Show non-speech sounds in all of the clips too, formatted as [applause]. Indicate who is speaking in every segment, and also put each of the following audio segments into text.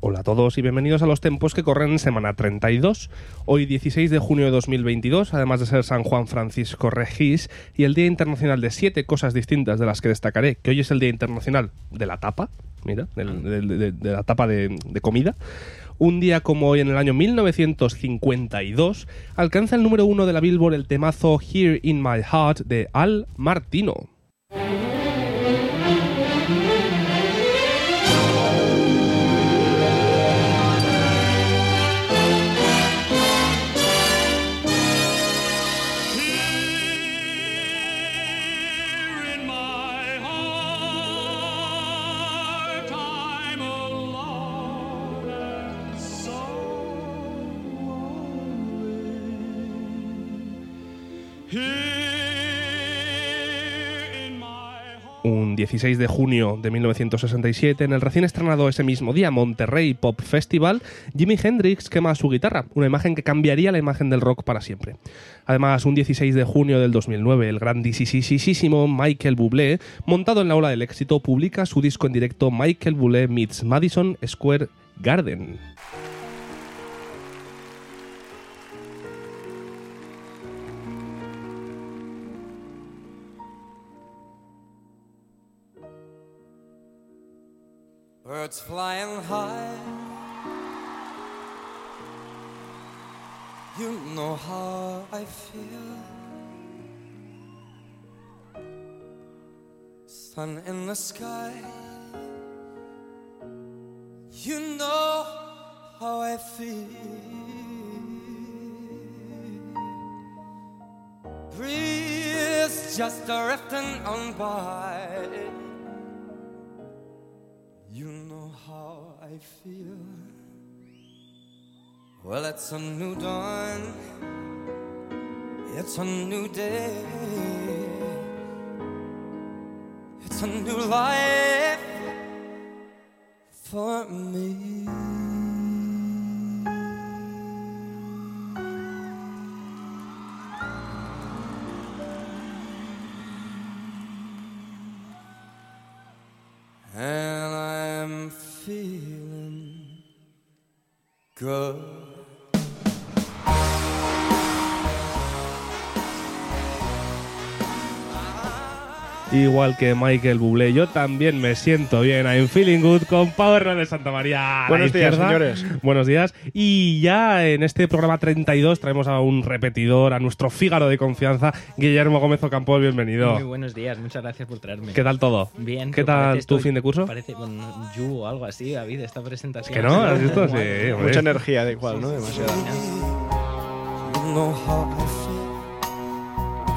Speaker 1: Hola a todos y bienvenidos a los tempos que corren semana 32. Hoy 16 de junio de 2022, además de ser San Juan Francisco Regis y el Día Internacional de siete cosas distintas de las que destacaré, que hoy es el Día Internacional de la tapa, mira, del- del- de, de la tapa de, de comida. Un día como hoy en el año 1952 alcanza el número uno de la Billboard el temazo Here in My Heart de Al Martino.
Speaker 2: Here in my heart I'm alone and so lonely. Here in my heart.
Speaker 1: Un 16 de junio de 1967, en el recién estrenado ese mismo día Monterrey Pop Festival, Jimi Hendrix quema su guitarra, una imagen que cambiaría la imagen del rock para siempre. Además, un 16 de junio del 2009, el grandísimo Michael Bublé, montado en la ola del éxito, publica su disco en directo Michael Bublé meets Madison Square Garden.
Speaker 3: Birds flying high. You know how I feel. Sun in the sky. You know how I feel. Breeze just drifting on by. You know how I feel. Well, it's a new dawn. It's a new day. It's a new life for me. And I'm feeling good.
Speaker 1: Igual que Michael Bublé, yo también me siento bien. I'm feeling good con Pau Hernández Santa María. a la
Speaker 4: Buenos días,
Speaker 1: izquierda.
Speaker 4: señores.
Speaker 1: Buenos días. Y ya en este programa 32 traemos a un repetidor, a nuestro fígaro de confianza, Guillermo Gómez Ocampo. Bienvenido.
Speaker 5: Muy buenos días, muchas gracias por traerme.
Speaker 1: ¿Qué tal todo?
Speaker 5: Bien.
Speaker 1: ¿Qué
Speaker 5: pero
Speaker 1: tal
Speaker 5: parece
Speaker 1: tu
Speaker 5: esto-
Speaker 1: fin de curso?
Speaker 5: Parece bueno, Yu o algo así, David, esta presentación.
Speaker 1: ¿Que no? ¿Has visto? Sí,
Speaker 5: Guay.
Speaker 1: hombre.
Speaker 4: Mucha energía, de igual, ¿no? Demasiado.
Speaker 3: You know how I feel.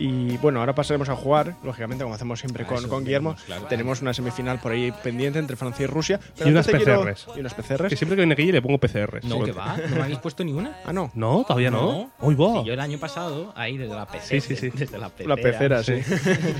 Speaker 4: Y bueno, ahora pasaremos a jugar, lógicamente, como hacemos siempre con, con Guillermo. Tenemos una semifinal por ahí pendiente entre Francia y Rusia.
Speaker 1: Y unas
Speaker 4: antes te quiero-
Speaker 1: PCRs.
Speaker 4: Y unas PCRs.
Speaker 1: Que siempre que viene Guille le pongo PCR.
Speaker 5: Pues, No, que va, no me habéis puesto ni una.
Speaker 4: Ah, no.
Speaker 1: No, todavía no. Hoy
Speaker 5: Sí, yo el año pasado, ahí desde la pecera.
Speaker 1: Sí, sí, sí.
Speaker 5: Desde la pecera. [laughs]
Speaker 4: La pecera, sí.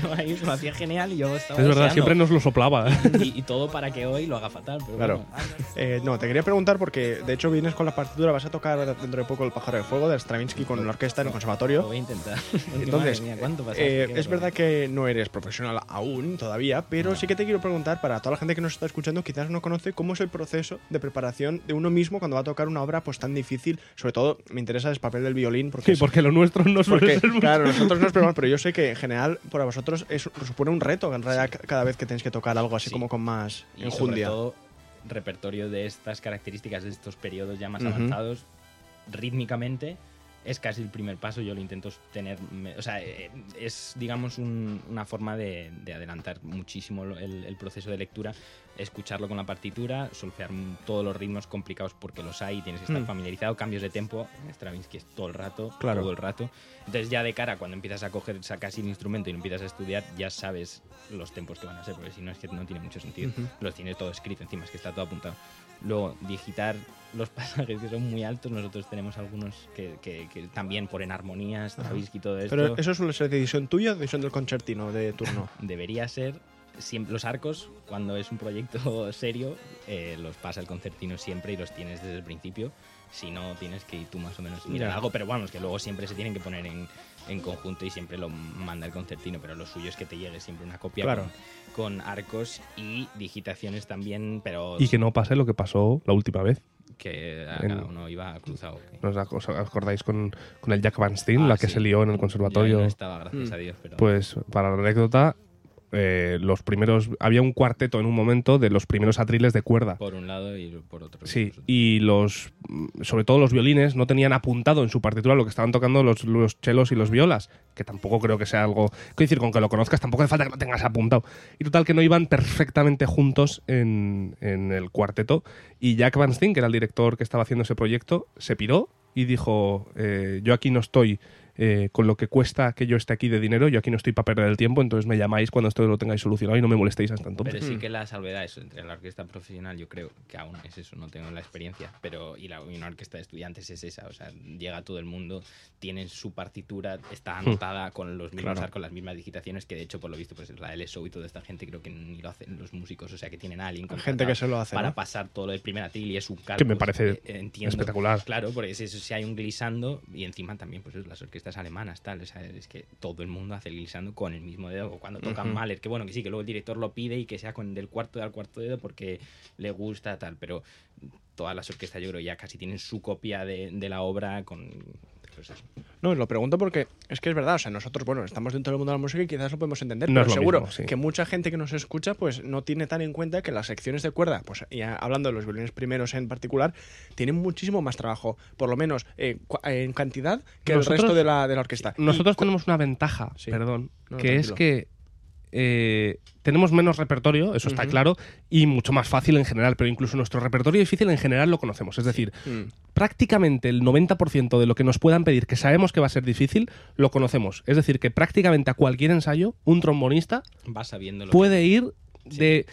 Speaker 5: Yo ahí lo hacía genial y yo estaba.
Speaker 1: Es verdad,
Speaker 5: deseando.
Speaker 1: siempre nos lo [laughs] soplaba.
Speaker 5: Y, y todo para que hoy lo haga fatal. Pero
Speaker 4: Claro.
Speaker 5: bueno.
Speaker 4: Eh, no, te quería preguntar porque de hecho vienes con la partitura, vas a tocar ahora dentro de poco El pájaro de fuego de Stravinsky con la orquesta en el
Speaker 5: Lo
Speaker 4: conservatorio.
Speaker 5: voy a intentar. Porque, [laughs]
Speaker 4: Entonces,
Speaker 5: madre mía, ¿cuánto pasa?
Speaker 4: eh,
Speaker 5: Qué
Speaker 4: es
Speaker 5: horror.
Speaker 4: verdad que no eres profesional aún todavía, pero sí que te quiero preguntar para toda la gente que nos está escuchando, quizás no conoce cómo es el proceso de preparación de uno mismo cuando va a tocar una obra pues tan difícil. Sobre todo me interesa el papel del violín porque
Speaker 1: Sí,
Speaker 4: es-
Speaker 1: porque lo nuestro no suele
Speaker 4: porque,
Speaker 1: ser muy-
Speaker 4: claro, nosotros nos preparamos, pero yo sé que en general para vosotros es, supone un reto, en realidad ca- cada vez que tenéis que tocar algo así
Speaker 5: Sí.
Speaker 4: como con más
Speaker 5: y sobre
Speaker 4: enjundia.
Speaker 5: todo repertorio de estas características de estos periodos ya más
Speaker 4: Ujú.
Speaker 5: avanzados rítmicamente es casi el primer paso yo lo intento tener me- o sea eh, es digamos un- una forma de, de adelantar muchísimo lo- el, el proceso de lectura escucharlo con la partitura solfear m- todos los ritmos complicados porque los hay y tienes que estar
Speaker 4: Mm.
Speaker 5: familiarizado cambios de tempo Stravinsky es todo el rato
Speaker 4: Claro.
Speaker 5: todo el rato entonces ya de cara cuando empiezas a coger sacas el instrumento y lo empiezas a estudiar ya sabes los tempos que van a ser porque si no es que no tiene mucho sentido
Speaker 4: Ujú.
Speaker 5: los tiene todo escrito encima, es que está todo apuntado. Luego, digitar los [laughs] pasajes que son muy altos, nosotros tenemos algunos que, que- que también ponen armonías, Stravinsky y todo esto.
Speaker 4: Pero eso suele ser decisión tuya o decisión del concertino de turno.
Speaker 5: Debería ser, siempre, los arcos, [laughs] cuando es un proyecto serio, eh, los pasa el concertino siempre y los tienes desde el principio. Si no, tienes que ir tú más o menos a mirar
Speaker 1: Ya.
Speaker 5: algo, pero bueno, es que luego siempre se tienen que poner en, en conjunto y siempre lo manda el concertino, pero lo suyo es que te llegue siempre una copia
Speaker 1: Claro.
Speaker 5: con, con arcos y digitaciones también, pero
Speaker 1: Y que no pase lo que pasó la última vez.
Speaker 5: que a
Speaker 1: en-
Speaker 5: cada uno iba cruzado. que-
Speaker 1: ¿No os ac- os acordáis con, con el Jack Van Steen,
Speaker 5: Ah,
Speaker 1: la que
Speaker 5: sí.
Speaker 1: se lió en el
Speaker 5: Yo
Speaker 1: conservatorio?
Speaker 5: ahí no estaba, gracias a Dios, pero...
Speaker 1: Pues para la anécdota, eh, los primeros. Había un cuarteto en un momento de los primeros atriles de cuerda.
Speaker 5: Por un lado y por otro.
Speaker 1: Sí,
Speaker 5: Pues,
Speaker 1: y los, mm, sobre todo los violines, no tenían apuntado en su partitura lo que estaban tocando los, los chelos y los violas, que tampoco creo que sea algo. Quiero decir, con que lo conozcas, tampoco hace falta que lo tengas apuntado. Y total, que no iban perfectamente juntos en, en el cuarteto. Y Jack Van Steen, que era el director que estaba haciendo ese proyecto, se piró y dijo: eh, Yo aquí no estoy. eh, con lo que cuesta que yo esté aquí de dinero, yo aquí no estoy para perder el tiempo, entonces me llamáis cuando esto lo tengáis solucionado y no me molestéis hasta entonces.
Speaker 5: Pero sí
Speaker 4: Hmm.
Speaker 5: que la salvedad es entre la orquesta profesional, yo creo que aún es eso, no tengo la experiencia, pero y, la, y una orquesta de estudiantes es esa, o sea, llega todo el mundo, tienen su partitura, está anotada con los mismos
Speaker 1: Hmm. Claro.
Speaker 5: arcos, las mismas digitaciones, que de hecho, por lo visto, pues la LSO y toda esta gente creo que ni lo hacen los músicos, o sea, que tienen a alguien
Speaker 4: Gente que se lo hace,
Speaker 5: para
Speaker 4: ¿no?
Speaker 5: pasar todo el primer atril y es un cargo.
Speaker 1: Que me parece
Speaker 5: eh, entiendo.
Speaker 1: espectacular.
Speaker 5: Claro, porque si, si hay un glissando y encima también pues eso, las orquestas alemanas, tal, o sea, es que todo el mundo hace el glissando con el mismo dedo, o cuando tocan mal, es que bueno, que sí, que luego el director lo pide y que sea con del cuarto al cuarto dedo porque le gusta, tal, pero todas las orquestas yo creo ya casi tienen su copia de, de la obra con... pues eso.
Speaker 4: No, lo pregunto porque es que es verdad, o sea, nosotros, bueno, estamos dentro del mundo de la música y quizás lo podemos entender,
Speaker 1: No
Speaker 4: pero
Speaker 1: es lo
Speaker 4: seguro
Speaker 1: mismo, sí.
Speaker 4: que mucha gente que nos escucha pues no tiene tan en cuenta que las secciones de cuerda, pues y a- hablando de los violines primeros en particular, tienen muchísimo más trabajo, por lo menos eh, cua- en cantidad, que
Speaker 1: Nosotros-
Speaker 4: el resto de la, de la orquesta. Y-
Speaker 1: Nosotros tenemos una ventaja,
Speaker 4: Sí.
Speaker 1: perdón,
Speaker 4: No,
Speaker 1: que es
Speaker 4: tranquilo.
Speaker 1: que eh, tenemos menos repertorio, eso está
Speaker 4: Ujú.
Speaker 1: claro, y mucho más fácil en general, pero incluso nuestro repertorio difícil en general lo conocemos. Es decir,
Speaker 4: Mm.
Speaker 1: prácticamente el 90% de lo que nos puedan pedir, que sabemos que va a ser difícil, lo conocemos. Es decir, que prácticamente a cualquier ensayo, un trombonista
Speaker 5: Vas sabiendo lo
Speaker 1: puede ir de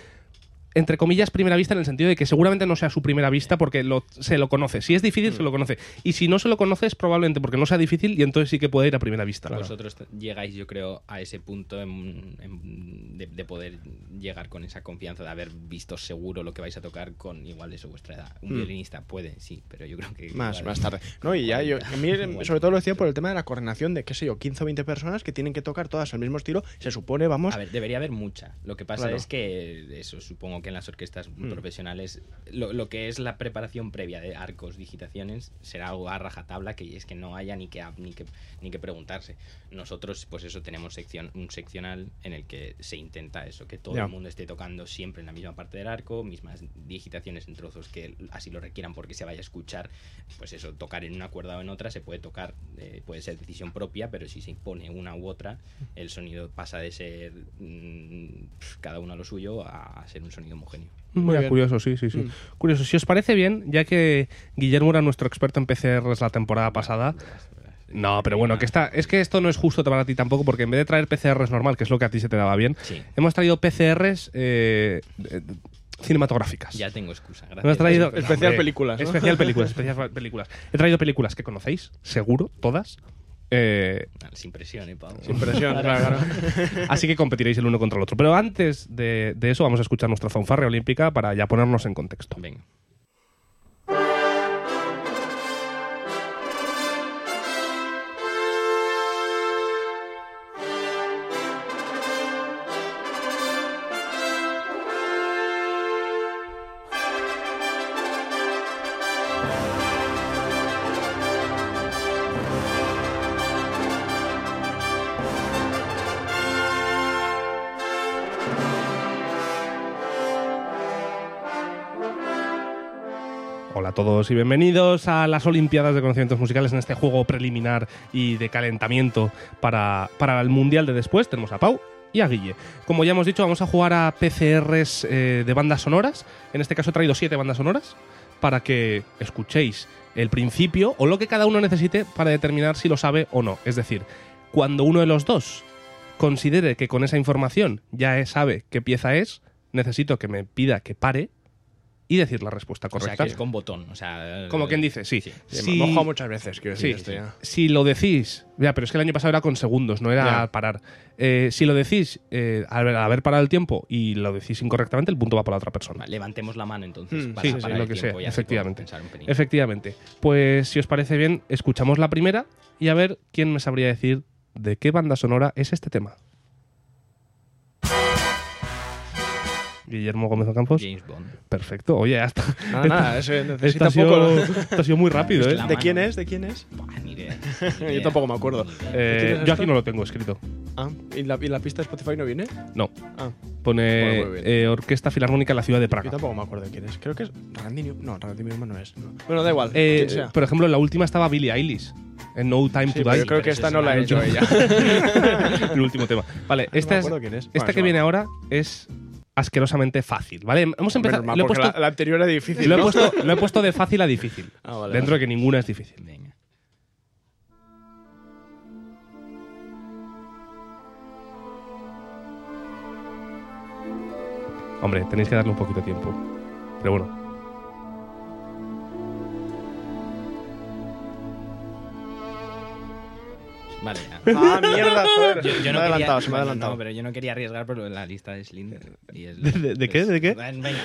Speaker 1: entre comillas primera vista en el sentido de que seguramente no sea su primera vista porque lo- se lo conoce. Si es difícil,
Speaker 4: Mm.
Speaker 1: se lo conoce. Y si no se lo conoce es probablemente porque no sea difícil y entonces sí que puede ir a primera vista.
Speaker 5: Vosotros t- llegáis, yo creo, a ese punto en- en- de, de poder llegar con esa confianza de haber visto seguro lo que vais a tocar con igual eso vuestra edad. Un violinista puede, sí, pero yo creo que...
Speaker 4: Hmm. Más,
Speaker 5: igual-
Speaker 4: más tarde. No, y ya yo,
Speaker 5: [laughs]
Speaker 4: a mí, em,
Speaker 5: Bueno.
Speaker 4: sobre todo lo decía por el tema de la coordinación de, qué sé yo, 15 o 20 personas que tienen que tocar todas al mismo estilo, se supone, vamos,
Speaker 5: A ver, debería haber mucha. Lo que pasa
Speaker 4: Claro.
Speaker 5: es que eso, supongo que en las orquestas profesionales, lo, lo que es la preparación previa de arcos, digitaciones, será algo a rajatabla que es que no haya ni que, ab- ni que, ni que preguntarse. Nosotros, pues eso, tenemos sección, un seccional en el que se intenta eso, que todo
Speaker 1: Ya.
Speaker 5: el mundo esté tocando siempre en la misma parte del arco, mismas digitaciones en trozos que así lo requieran porque se vaya a escuchar pues eso, tocar en una cuerda o en otra se puede tocar, eh, puede ser decisión propia, pero si se impone una u otra, el sonido pasa de ser mm, pf, cada uno a lo suyo a, a ser un sonido homogéneo.
Speaker 1: Muy
Speaker 4: bien. Mm.
Speaker 1: curioso, sí, sí, sí. Curioso, si os parece bien, ya que Guillermo era nuestro experto en PCRs la temporada pasada. No, pero bueno, que está, es que esto no es justo para ti tampoco, porque en vez de traer PCRs normal, que es lo que a ti se te daba bien,
Speaker 5: Sí.
Speaker 1: hemos traído PCRs eh, eh, cinematográficas.
Speaker 5: Ya tengo excusa, gracias.
Speaker 1: Hemos traído
Speaker 5: Eso es
Speaker 4: especial
Speaker 1: Hombre,
Speaker 4: películas, ¿no?
Speaker 1: Especial
Speaker 4: [laughs]
Speaker 1: películas, especial películas. He traído películas que conocéis, seguro, todas. Eh,
Speaker 5: verdad. Sin presión, eh, Pablo.
Speaker 4: sin presión, claro, claro.
Speaker 5: [laughs]
Speaker 1: así que competiréis el uno contra el otro. Pero antes de, de eso, vamos a escuchar nuestra fanfarria olímpica para ya ponernos en contexto.
Speaker 5: Venga.
Speaker 1: Hola a todos y bienvenidos a las Olimpiadas de Conocimientos Musicales en este juego preliminar y de calentamiento para, para el Mundial de después. Tenemos a Pau y a Guille. Como ya hemos dicho, vamos a jugar a PCRs eh, de bandas sonoras. En este caso he traído siete bandas sonoras para que escuchéis el principio o lo que cada uno necesite para determinar si lo sabe o no. Es decir, cuando uno de los dos considere que con esa información ya sabe qué pieza es, necesito que me pida que pare y decir la respuesta
Speaker 5: O
Speaker 1: correcta.
Speaker 5: sea, que es con botón. O sea,
Speaker 1: Como quien dice, sí. Eh,
Speaker 5: Sí.
Speaker 4: Sí,
Speaker 1: Si-
Speaker 4: me he mojado muchas veces, quiero
Speaker 1: Sí,
Speaker 4: decir esto ya.
Speaker 1: si lo decís, ya, pero es que el año pasado era con segundos, no era
Speaker 4: Ya.
Speaker 1: parar. Eh, si lo decís eh, al al haber parado el tiempo y lo decís incorrectamente, el punto va para la otra persona.
Speaker 5: Va, Levantemos la mano entonces.
Speaker 4: Mm,
Speaker 5: para
Speaker 1: sí, sí,
Speaker 5: parar
Speaker 1: lo
Speaker 5: el
Speaker 1: que
Speaker 5: tiempo
Speaker 1: sea,
Speaker 5: y así
Speaker 1: efectivamente.
Speaker 5: podemos pensar un pelín.
Speaker 1: Efectivamente. Pues si os parece bien, escuchamos la primera y a ver quién me sabría decir de qué banda sonora es este tema. Guillermo Gómez Ocampos.
Speaker 5: James Bond.
Speaker 1: Perfecto. Oye, hasta.
Speaker 4: Nada, nada, eso
Speaker 1: Esto
Speaker 4: necesita
Speaker 1: ha,
Speaker 4: poco.
Speaker 1: sido, esto ha sido muy rápido, ¿eh?
Speaker 5: La
Speaker 4: ¿De quién
Speaker 5: mano.
Speaker 4: es? ¿De quién es?
Speaker 5: Buah, ni idea.
Speaker 4: Yo tampoco me acuerdo.
Speaker 1: Eh,
Speaker 4: ¿Tienes
Speaker 1: yo
Speaker 4: esto?
Speaker 1: aquí no lo tengo escrito.
Speaker 4: Ah, ¿y la, y la pista de Spotify no viene?
Speaker 1: No.
Speaker 4: Ah,
Speaker 1: Pone
Speaker 4: Bueno, muy bien.
Speaker 1: eh, Orquesta Filarmónica de la Ciudad de
Speaker 4: yo
Speaker 1: Praga.
Speaker 4: tampoco me acuerdo de quién es. Creo que es Randy Newman. No, Randy Newman no es. no. Bueno, da igual.
Speaker 1: Eh,
Speaker 4: quien sea.
Speaker 1: por ejemplo, en la última estaba Billie Eilish. En No Time
Speaker 4: Sí,
Speaker 1: to
Speaker 4: pero
Speaker 1: Die.
Speaker 4: yo creo
Speaker 5: pero
Speaker 4: que
Speaker 5: ese
Speaker 4: esta
Speaker 5: es
Speaker 4: no la ha
Speaker 5: el
Speaker 4: hecho ella.
Speaker 1: [laughs] el último tema. Vale,
Speaker 4: [laughs] No me
Speaker 1: esta, es-
Speaker 4: acuerdo quién es.
Speaker 1: esta
Speaker 4: Bueno,
Speaker 1: que
Speaker 4: es
Speaker 1: viene ahora es asquerosamente fácil, ¿vale? Hemos
Speaker 4: Menos
Speaker 1: empezado.
Speaker 4: mal,
Speaker 1: lo, he
Speaker 4: porque
Speaker 1: puesto,
Speaker 4: la, la anterior era difícil.
Speaker 1: [laughs] lo he
Speaker 4: ¿no?
Speaker 1: puesto- lo he puesto de fácil a difícil.
Speaker 4: Ah, vale,
Speaker 1: Dentro de que ninguna es difícil.
Speaker 5: Venga.
Speaker 1: Hombre, tenéis que darle un poquito de tiempo. Pero bueno.
Speaker 5: Vale, ya.
Speaker 4: Ah, mierda, joder.
Speaker 5: Yo, yo
Speaker 4: me
Speaker 5: no
Speaker 4: ha adelantado,
Speaker 5: quería,
Speaker 4: se me
Speaker 5: bueno,
Speaker 4: ha adelantado.
Speaker 5: no, pero yo no quería arriesgar por la lista de Schindler. y es-
Speaker 1: ¿De- de- de qué?
Speaker 5: es-
Speaker 1: ¿De qué?
Speaker 5: Bueno, Venga.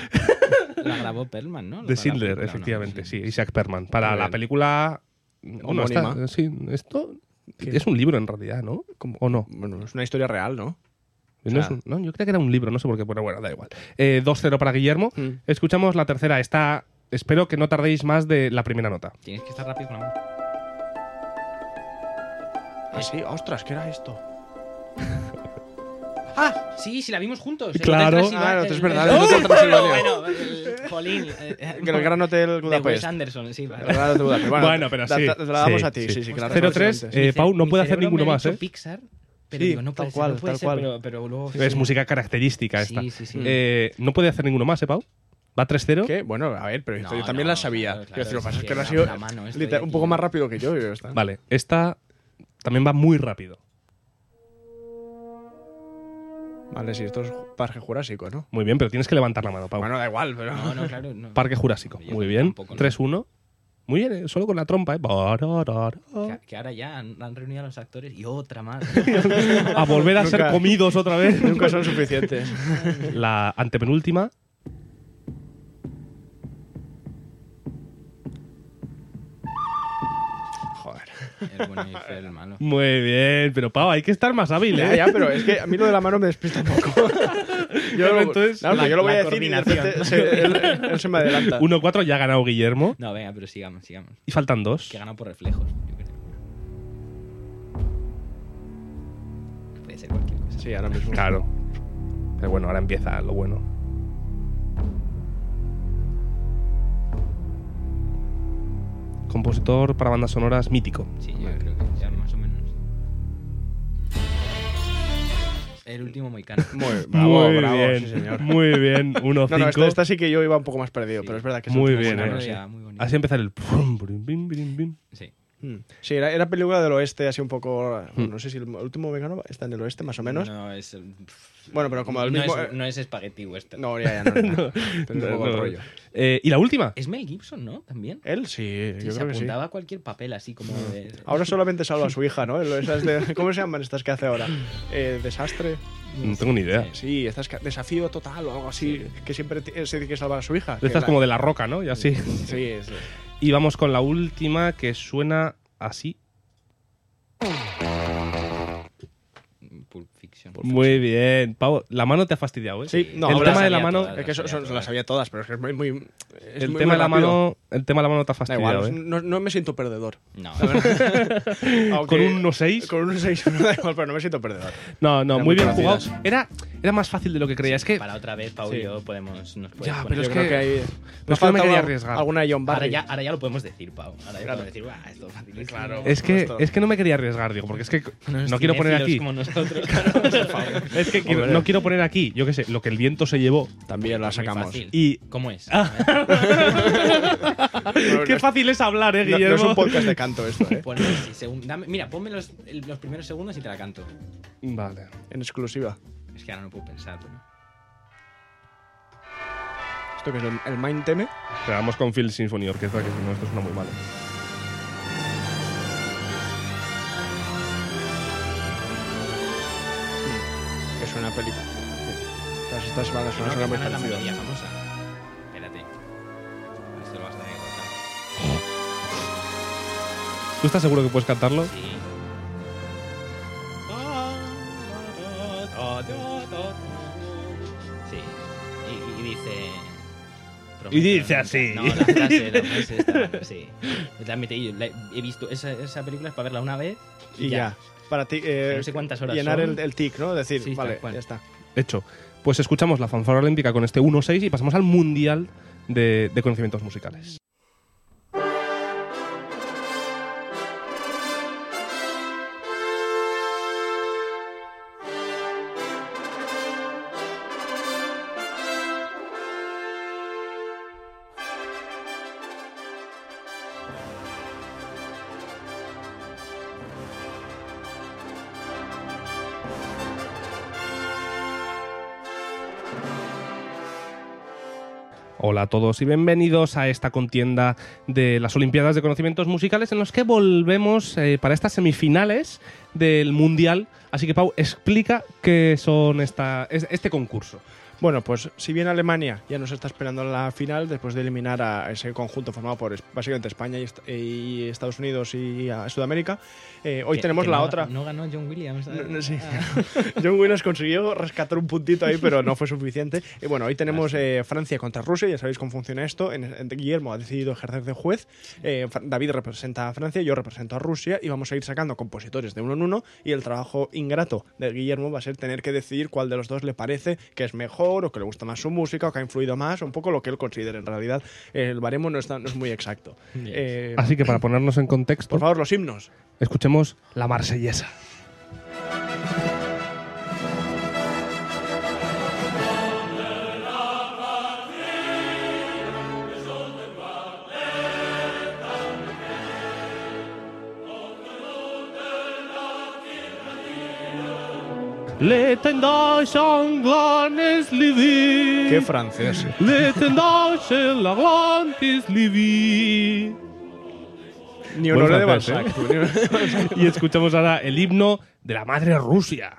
Speaker 5: La grabó Perlman, ¿no?
Speaker 1: De
Speaker 5: La- la
Speaker 1: Schindler,
Speaker 5: película, ¿no?
Speaker 1: efectivamente, sí. Isaac Perman. Para
Speaker 4: Muy
Speaker 1: la
Speaker 4: bien.
Speaker 1: película. Bueno,
Speaker 4: Homónima.
Speaker 1: está- sí, esto
Speaker 4: ¿Qué?
Speaker 1: es un libro en realidad, ¿no? ¿O no?
Speaker 4: Bueno, es una historia real, ¿no?
Speaker 1: No, es
Speaker 4: sea-
Speaker 1: un- no, yo creo que era un libro, no sé por qué, pero bueno, da igual. Eh, 2-0 para Guillermo.
Speaker 4: Mm.
Speaker 1: Escuchamos la tercera. Está, espero que no tardéis más de la primera nota.
Speaker 5: Tienes que estar rápido con la mano.
Speaker 4: Ah, sí, ostras, ¿qué era [laughs] esto?
Speaker 5: ¡Ah! Sí, sí, la vimos juntos. el
Speaker 1: Claro.
Speaker 5: Hotel Transilvania-
Speaker 4: Ah, no,
Speaker 5: el-
Speaker 4: es verdad,
Speaker 5: el-
Speaker 4: el Hotel
Speaker 5: ¡Oh!
Speaker 4: Transilvania.
Speaker 5: Bueno, el- Jolín. eh,
Speaker 4: Que el Gran Hotel
Speaker 5: De Wes
Speaker 1: este.
Speaker 4: Budapest.
Speaker 5: Anderson, sí. vale.
Speaker 4: El Gran Hotel Budapest. Bueno,
Speaker 1: Bueno, pero
Speaker 4: la-
Speaker 1: sí,
Speaker 4: la- la damos
Speaker 1: sí,
Speaker 4: a ti,
Speaker 1: sí.
Speaker 4: sí, sí, claro.
Speaker 1: 0-3, eh,
Speaker 5: Mi ce-
Speaker 1: Pau no
Speaker 5: mi
Speaker 1: puede hacer
Speaker 5: cerebro
Speaker 1: ninguno
Speaker 5: me ha
Speaker 1: más,
Speaker 5: dicho
Speaker 1: ¿eh?
Speaker 5: Pixar, pero
Speaker 4: Sí,
Speaker 5: digo, no puede
Speaker 4: tal
Speaker 5: ser, no
Speaker 4: cual,
Speaker 5: puede
Speaker 4: tal
Speaker 5: ser,
Speaker 4: cual.
Speaker 5: Pero, pero luego...
Speaker 1: Es
Speaker 5: sí.
Speaker 1: música característica esta.
Speaker 5: Sí, sí, sí.
Speaker 1: Eh, no puede hacer ninguno más, ¿eh, Pau? ¿Va 3-0?
Speaker 4: ¿Qué? Bueno, a ver, pero
Speaker 5: No,
Speaker 4: yo también
Speaker 5: no,
Speaker 4: la sabía.
Speaker 5: claro,
Speaker 4: Quiero decir, lo
Speaker 5: claro,
Speaker 4: que pasa
Speaker 5: sí,
Speaker 4: es que
Speaker 5: que
Speaker 4: la ha sido
Speaker 5: la mano, estoy
Speaker 4: literal- un
Speaker 5: aquí.
Speaker 4: poco más rápido que yo. y ya está.
Speaker 1: Vale, esta también va muy rápido.
Speaker 4: Vale, sí, esto es Parque Jurásico, ¿no?
Speaker 1: Muy bien, pero tienes que levantar la mano, Pau.
Speaker 4: Bueno, da igual, pero.
Speaker 5: No, no, claro, no.
Speaker 1: Parque Jurásico.
Speaker 5: Yo
Speaker 1: Muy bien.
Speaker 5: tampoco lo-
Speaker 1: 3-1. Muy bien, eh, solo con la trompa, ¿eh? Bararara.
Speaker 5: Que, que ahora ya han, han reunido a los actores y otra más.
Speaker 4: [laughs]
Speaker 1: A volver a ser
Speaker 4: Nunca-
Speaker 1: comidos otra vez.
Speaker 4: [laughs] Nunca son suficientes.
Speaker 1: La antepenúltima.
Speaker 4: Joder.
Speaker 5: el bueno y fue el malo.
Speaker 1: Muy bien, pero Pau, hay que estar más hábil,
Speaker 4: Ya,
Speaker 1: ¿eh?
Speaker 4: ya, pero es que a mí lo de la mano me despista un poco. [laughs] yo,
Speaker 1: Pero
Speaker 4: lo-
Speaker 1: entonces-
Speaker 4: no, pero
Speaker 5: La-
Speaker 4: yo lo voy
Speaker 5: la
Speaker 4: a decir y de
Speaker 5: coordinación.
Speaker 4: repente se- él, él se me adelanta.
Speaker 1: 1-4 ya ha ganado Guillermo.
Speaker 5: No, venga, pero sigamos, sigamos.
Speaker 1: Y faltan dos.
Speaker 5: Que gana por reflejos, yo creo. Puede ser cualquier cosa.
Speaker 4: Sí, ahora mismo.
Speaker 1: Claro. Pero bueno, ahora empieza lo bueno. Compositor para bandas sonoras mítico.
Speaker 5: Sí, yo creo que ya más o menos. El último moicano.
Speaker 4: Muy, bravo,
Speaker 1: muy
Speaker 4: bravo,
Speaker 1: bien,
Speaker 4: sí, señor.
Speaker 1: muy bien. 1-5.
Speaker 4: [laughs] No, este, no, esta, esta sí que yo iba un poco más perdido,
Speaker 5: Sí.
Speaker 4: pero es verdad que es
Speaker 1: Muy
Speaker 4: un
Speaker 1: bien,
Speaker 4: fenómeno,
Speaker 1: eh.
Speaker 4: sí.
Speaker 5: Ya, muy bonito.
Speaker 1: Así empezar el. brum, brum, bim, bim, bim.
Speaker 5: Sí.
Speaker 4: Mm. Sí, era, era película del oeste, así un poco. No sé si el último vegano está en el oeste, más o menos. No,
Speaker 5: No es.
Speaker 4: Bueno, pero como el
Speaker 5: no
Speaker 4: mismo-
Speaker 5: Es, no es espagueti western.
Speaker 4: ya, ya no. no. Pero es un
Speaker 1: No, [laughs]
Speaker 4: poco el
Speaker 1: no.
Speaker 4: rollo.
Speaker 1: Eh, y la última.
Speaker 5: Es Mel Gibson, ¿no? También.
Speaker 4: Él sí,
Speaker 5: Sí,
Speaker 4: yo
Speaker 5: se
Speaker 4: creo que sí.
Speaker 5: apuntaba a cualquier papel así como de.
Speaker 4: Ahora solamente salva a su hija, ¿no? Esas de- ¿Cómo se llaman estas que hace ahora? Eh, desastre.
Speaker 1: No tengo ni idea.
Speaker 4: Sí, estas que- desafío total o algo así, que siempre ti- se tiene que salvar a su hija. que
Speaker 1: Esta es
Speaker 4: la-
Speaker 1: como de la roca, ¿no? Y así.
Speaker 4: Sí, sí.
Speaker 1: Y vamos con la última que suena así.
Speaker 5: Pulp Fiction.
Speaker 1: Muy bien. Pau, la mano te ha fastidiado, ¿eh?
Speaker 4: Sí, no,
Speaker 1: el
Speaker 4: ahora
Speaker 1: tema de
Speaker 4: sabía
Speaker 1: la mano.
Speaker 5: todas.
Speaker 4: Es que eso, eso- eso las sabía todas, pero es que es muy... muy es
Speaker 1: El tema
Speaker 4: muy- muy
Speaker 1: de la
Speaker 4: rápido.
Speaker 1: mano. El tema de la mano te ha
Speaker 4: Da
Speaker 1: fastidiado,
Speaker 4: igual,
Speaker 1: ¿eh?
Speaker 4: no, no me siento perdedor.
Speaker 5: No,
Speaker 4: Aunque-
Speaker 1: Con un 1-6.
Speaker 4: Ah, Con un 6, [laughs] no da igual, pero no me siento perdedor.
Speaker 1: No, no,
Speaker 4: Eran
Speaker 1: muy
Speaker 4: muy
Speaker 1: bien jugado.
Speaker 4: parecidas.
Speaker 1: Era, era más fácil de lo que creía. Es que.
Speaker 5: [laughs] para otra vez, Pau y
Speaker 4: Sí.
Speaker 5: yo podemos. Nos puedes
Speaker 1: Ya,
Speaker 5: poner-
Speaker 1: pero es
Speaker 4: Yo creo
Speaker 1: que-
Speaker 4: que ahí...
Speaker 1: no
Speaker 4: nos
Speaker 1: me
Speaker 4: falta
Speaker 1: quería
Speaker 4: una-
Speaker 1: arriesgar.
Speaker 4: Alguna de John
Speaker 5: Ahora
Speaker 4: Barry.
Speaker 5: ya, ahora ya lo podemos decir, Pau. Ahora ya podemos decir, "Buah, esto es facilísimo".
Speaker 4: Claro.
Speaker 1: Es que,
Speaker 4: Esto.
Speaker 1: es que no me quería arriesgar, digo, porque es que no,
Speaker 5: Unos
Speaker 1: quiero poner
Speaker 5: cinéfilos
Speaker 1: aquí.
Speaker 5: Como nosotros.
Speaker 1: [laughs]
Speaker 5: [laughs]
Speaker 1: Es que quiero-
Speaker 4: Hombre.
Speaker 1: no quiero poner aquí, yo qué sé, lo que el viento se llevó.
Speaker 4: También la
Speaker 5: Muy
Speaker 4: sacamos.
Speaker 5: fácil.
Speaker 1: Y- [laughs] ah,
Speaker 5: ¿Cómo es?
Speaker 4: Pero
Speaker 1: Qué
Speaker 4: [laughs] no-
Speaker 1: fácil es hablar, eh,
Speaker 4: no, no
Speaker 1: Guillermo.
Speaker 4: es un podcast de canto esto, ¿eh?
Speaker 5: Ponme, sí, segun- dame- mira, ponme los, el- los primeros segundos y te la canto.
Speaker 1: Vale.
Speaker 4: En exclusiva.
Speaker 5: Es que ahora no puedo pensar. bueno.
Speaker 4: Esto que es el, el Mind Theme.
Speaker 1: Pero vamos con Phil Symphony Orquesta, que si no, esto suena muy ¿eh? malo.
Speaker 4: que suena a película. Sí. Todas estas bandas
Speaker 5: Que no, que
Speaker 4: sonoras son muy
Speaker 5: suena la melodía
Speaker 4: parecidas.
Speaker 5: famosa. Espérate. Esto lo vas a tener que cortar.
Speaker 1: ¿Tú estás seguro que puedes cantarlo?
Speaker 5: Sí. Sí. Y, y dice.
Speaker 1: Y dice así.
Speaker 5: No, la frase, la frase está- Sí. Realmente, yo la he he visto. Esa, esa película es para verla una vez
Speaker 4: Y ya. Para ti, eh,
Speaker 5: No sé cuántas horas
Speaker 4: llenar
Speaker 5: son.
Speaker 4: el, el tic, ¿no? Decir,
Speaker 5: Sí,
Speaker 4: vale,
Speaker 5: tal cual.
Speaker 4: ya está.
Speaker 1: Hecho. Pues escuchamos la fanfara olímpica con este 1-6 y pasamos al Mundial de, de Conocimientos Musicales. Hola a todos y bienvenidos a esta contienda de las Olimpiadas de Conocimientos Musicales en los que volvemos eh, para estas semifinales del Mundial. Así que Pau, explica qué son esta, es- este concurso.
Speaker 4: Bueno, pues si bien Alemania ya nos está esperando en la final, después de eliminar a ese conjunto formado por es- básicamente España y, est- y Estados Unidos y a Sudamérica, eh, hoy
Speaker 5: Que-
Speaker 4: tenemos
Speaker 5: que
Speaker 4: la
Speaker 5: no-
Speaker 4: otra.
Speaker 5: No ganó John Williams.
Speaker 4: No, no, [laughs] sí. John Williams consiguió rescatar un puntito ahí, pero no fue suficiente. Y bueno, hoy tenemos eh, Francia contra Rusia, ya sabéis cómo funciona esto. En- en- Guillermo ha decidido ejercer de juez. Eh, Fra- David representa a Francia, yo represento a Rusia y vamos a ir sacando compositores de uno en uno. Y el trabajo ingrato de Guillermo va a ser tener que decidir cuál de los dos le parece que es mejor o que le gusta más su música o que ha influido más, o un poco lo que él considere. En realidad, el baremo no, está, no es muy exacto.
Speaker 5: Yes.
Speaker 4: Eh,
Speaker 1: Así que para ponernos en contexto,
Speaker 4: por favor, los himnos.
Speaker 1: escuchemos la marsellesa. Le tendáis anglanes livi.
Speaker 4: Qué francés.
Speaker 1: Le tendáis en la glantis livi.
Speaker 4: Ni
Speaker 1: Buen
Speaker 4: honor de
Speaker 1: francés,
Speaker 4: Balzac.
Speaker 1: ¿eh?
Speaker 4: tú, ni un ole de Balzac.
Speaker 1: y escuchamos ahora el himno de la madre Rusia.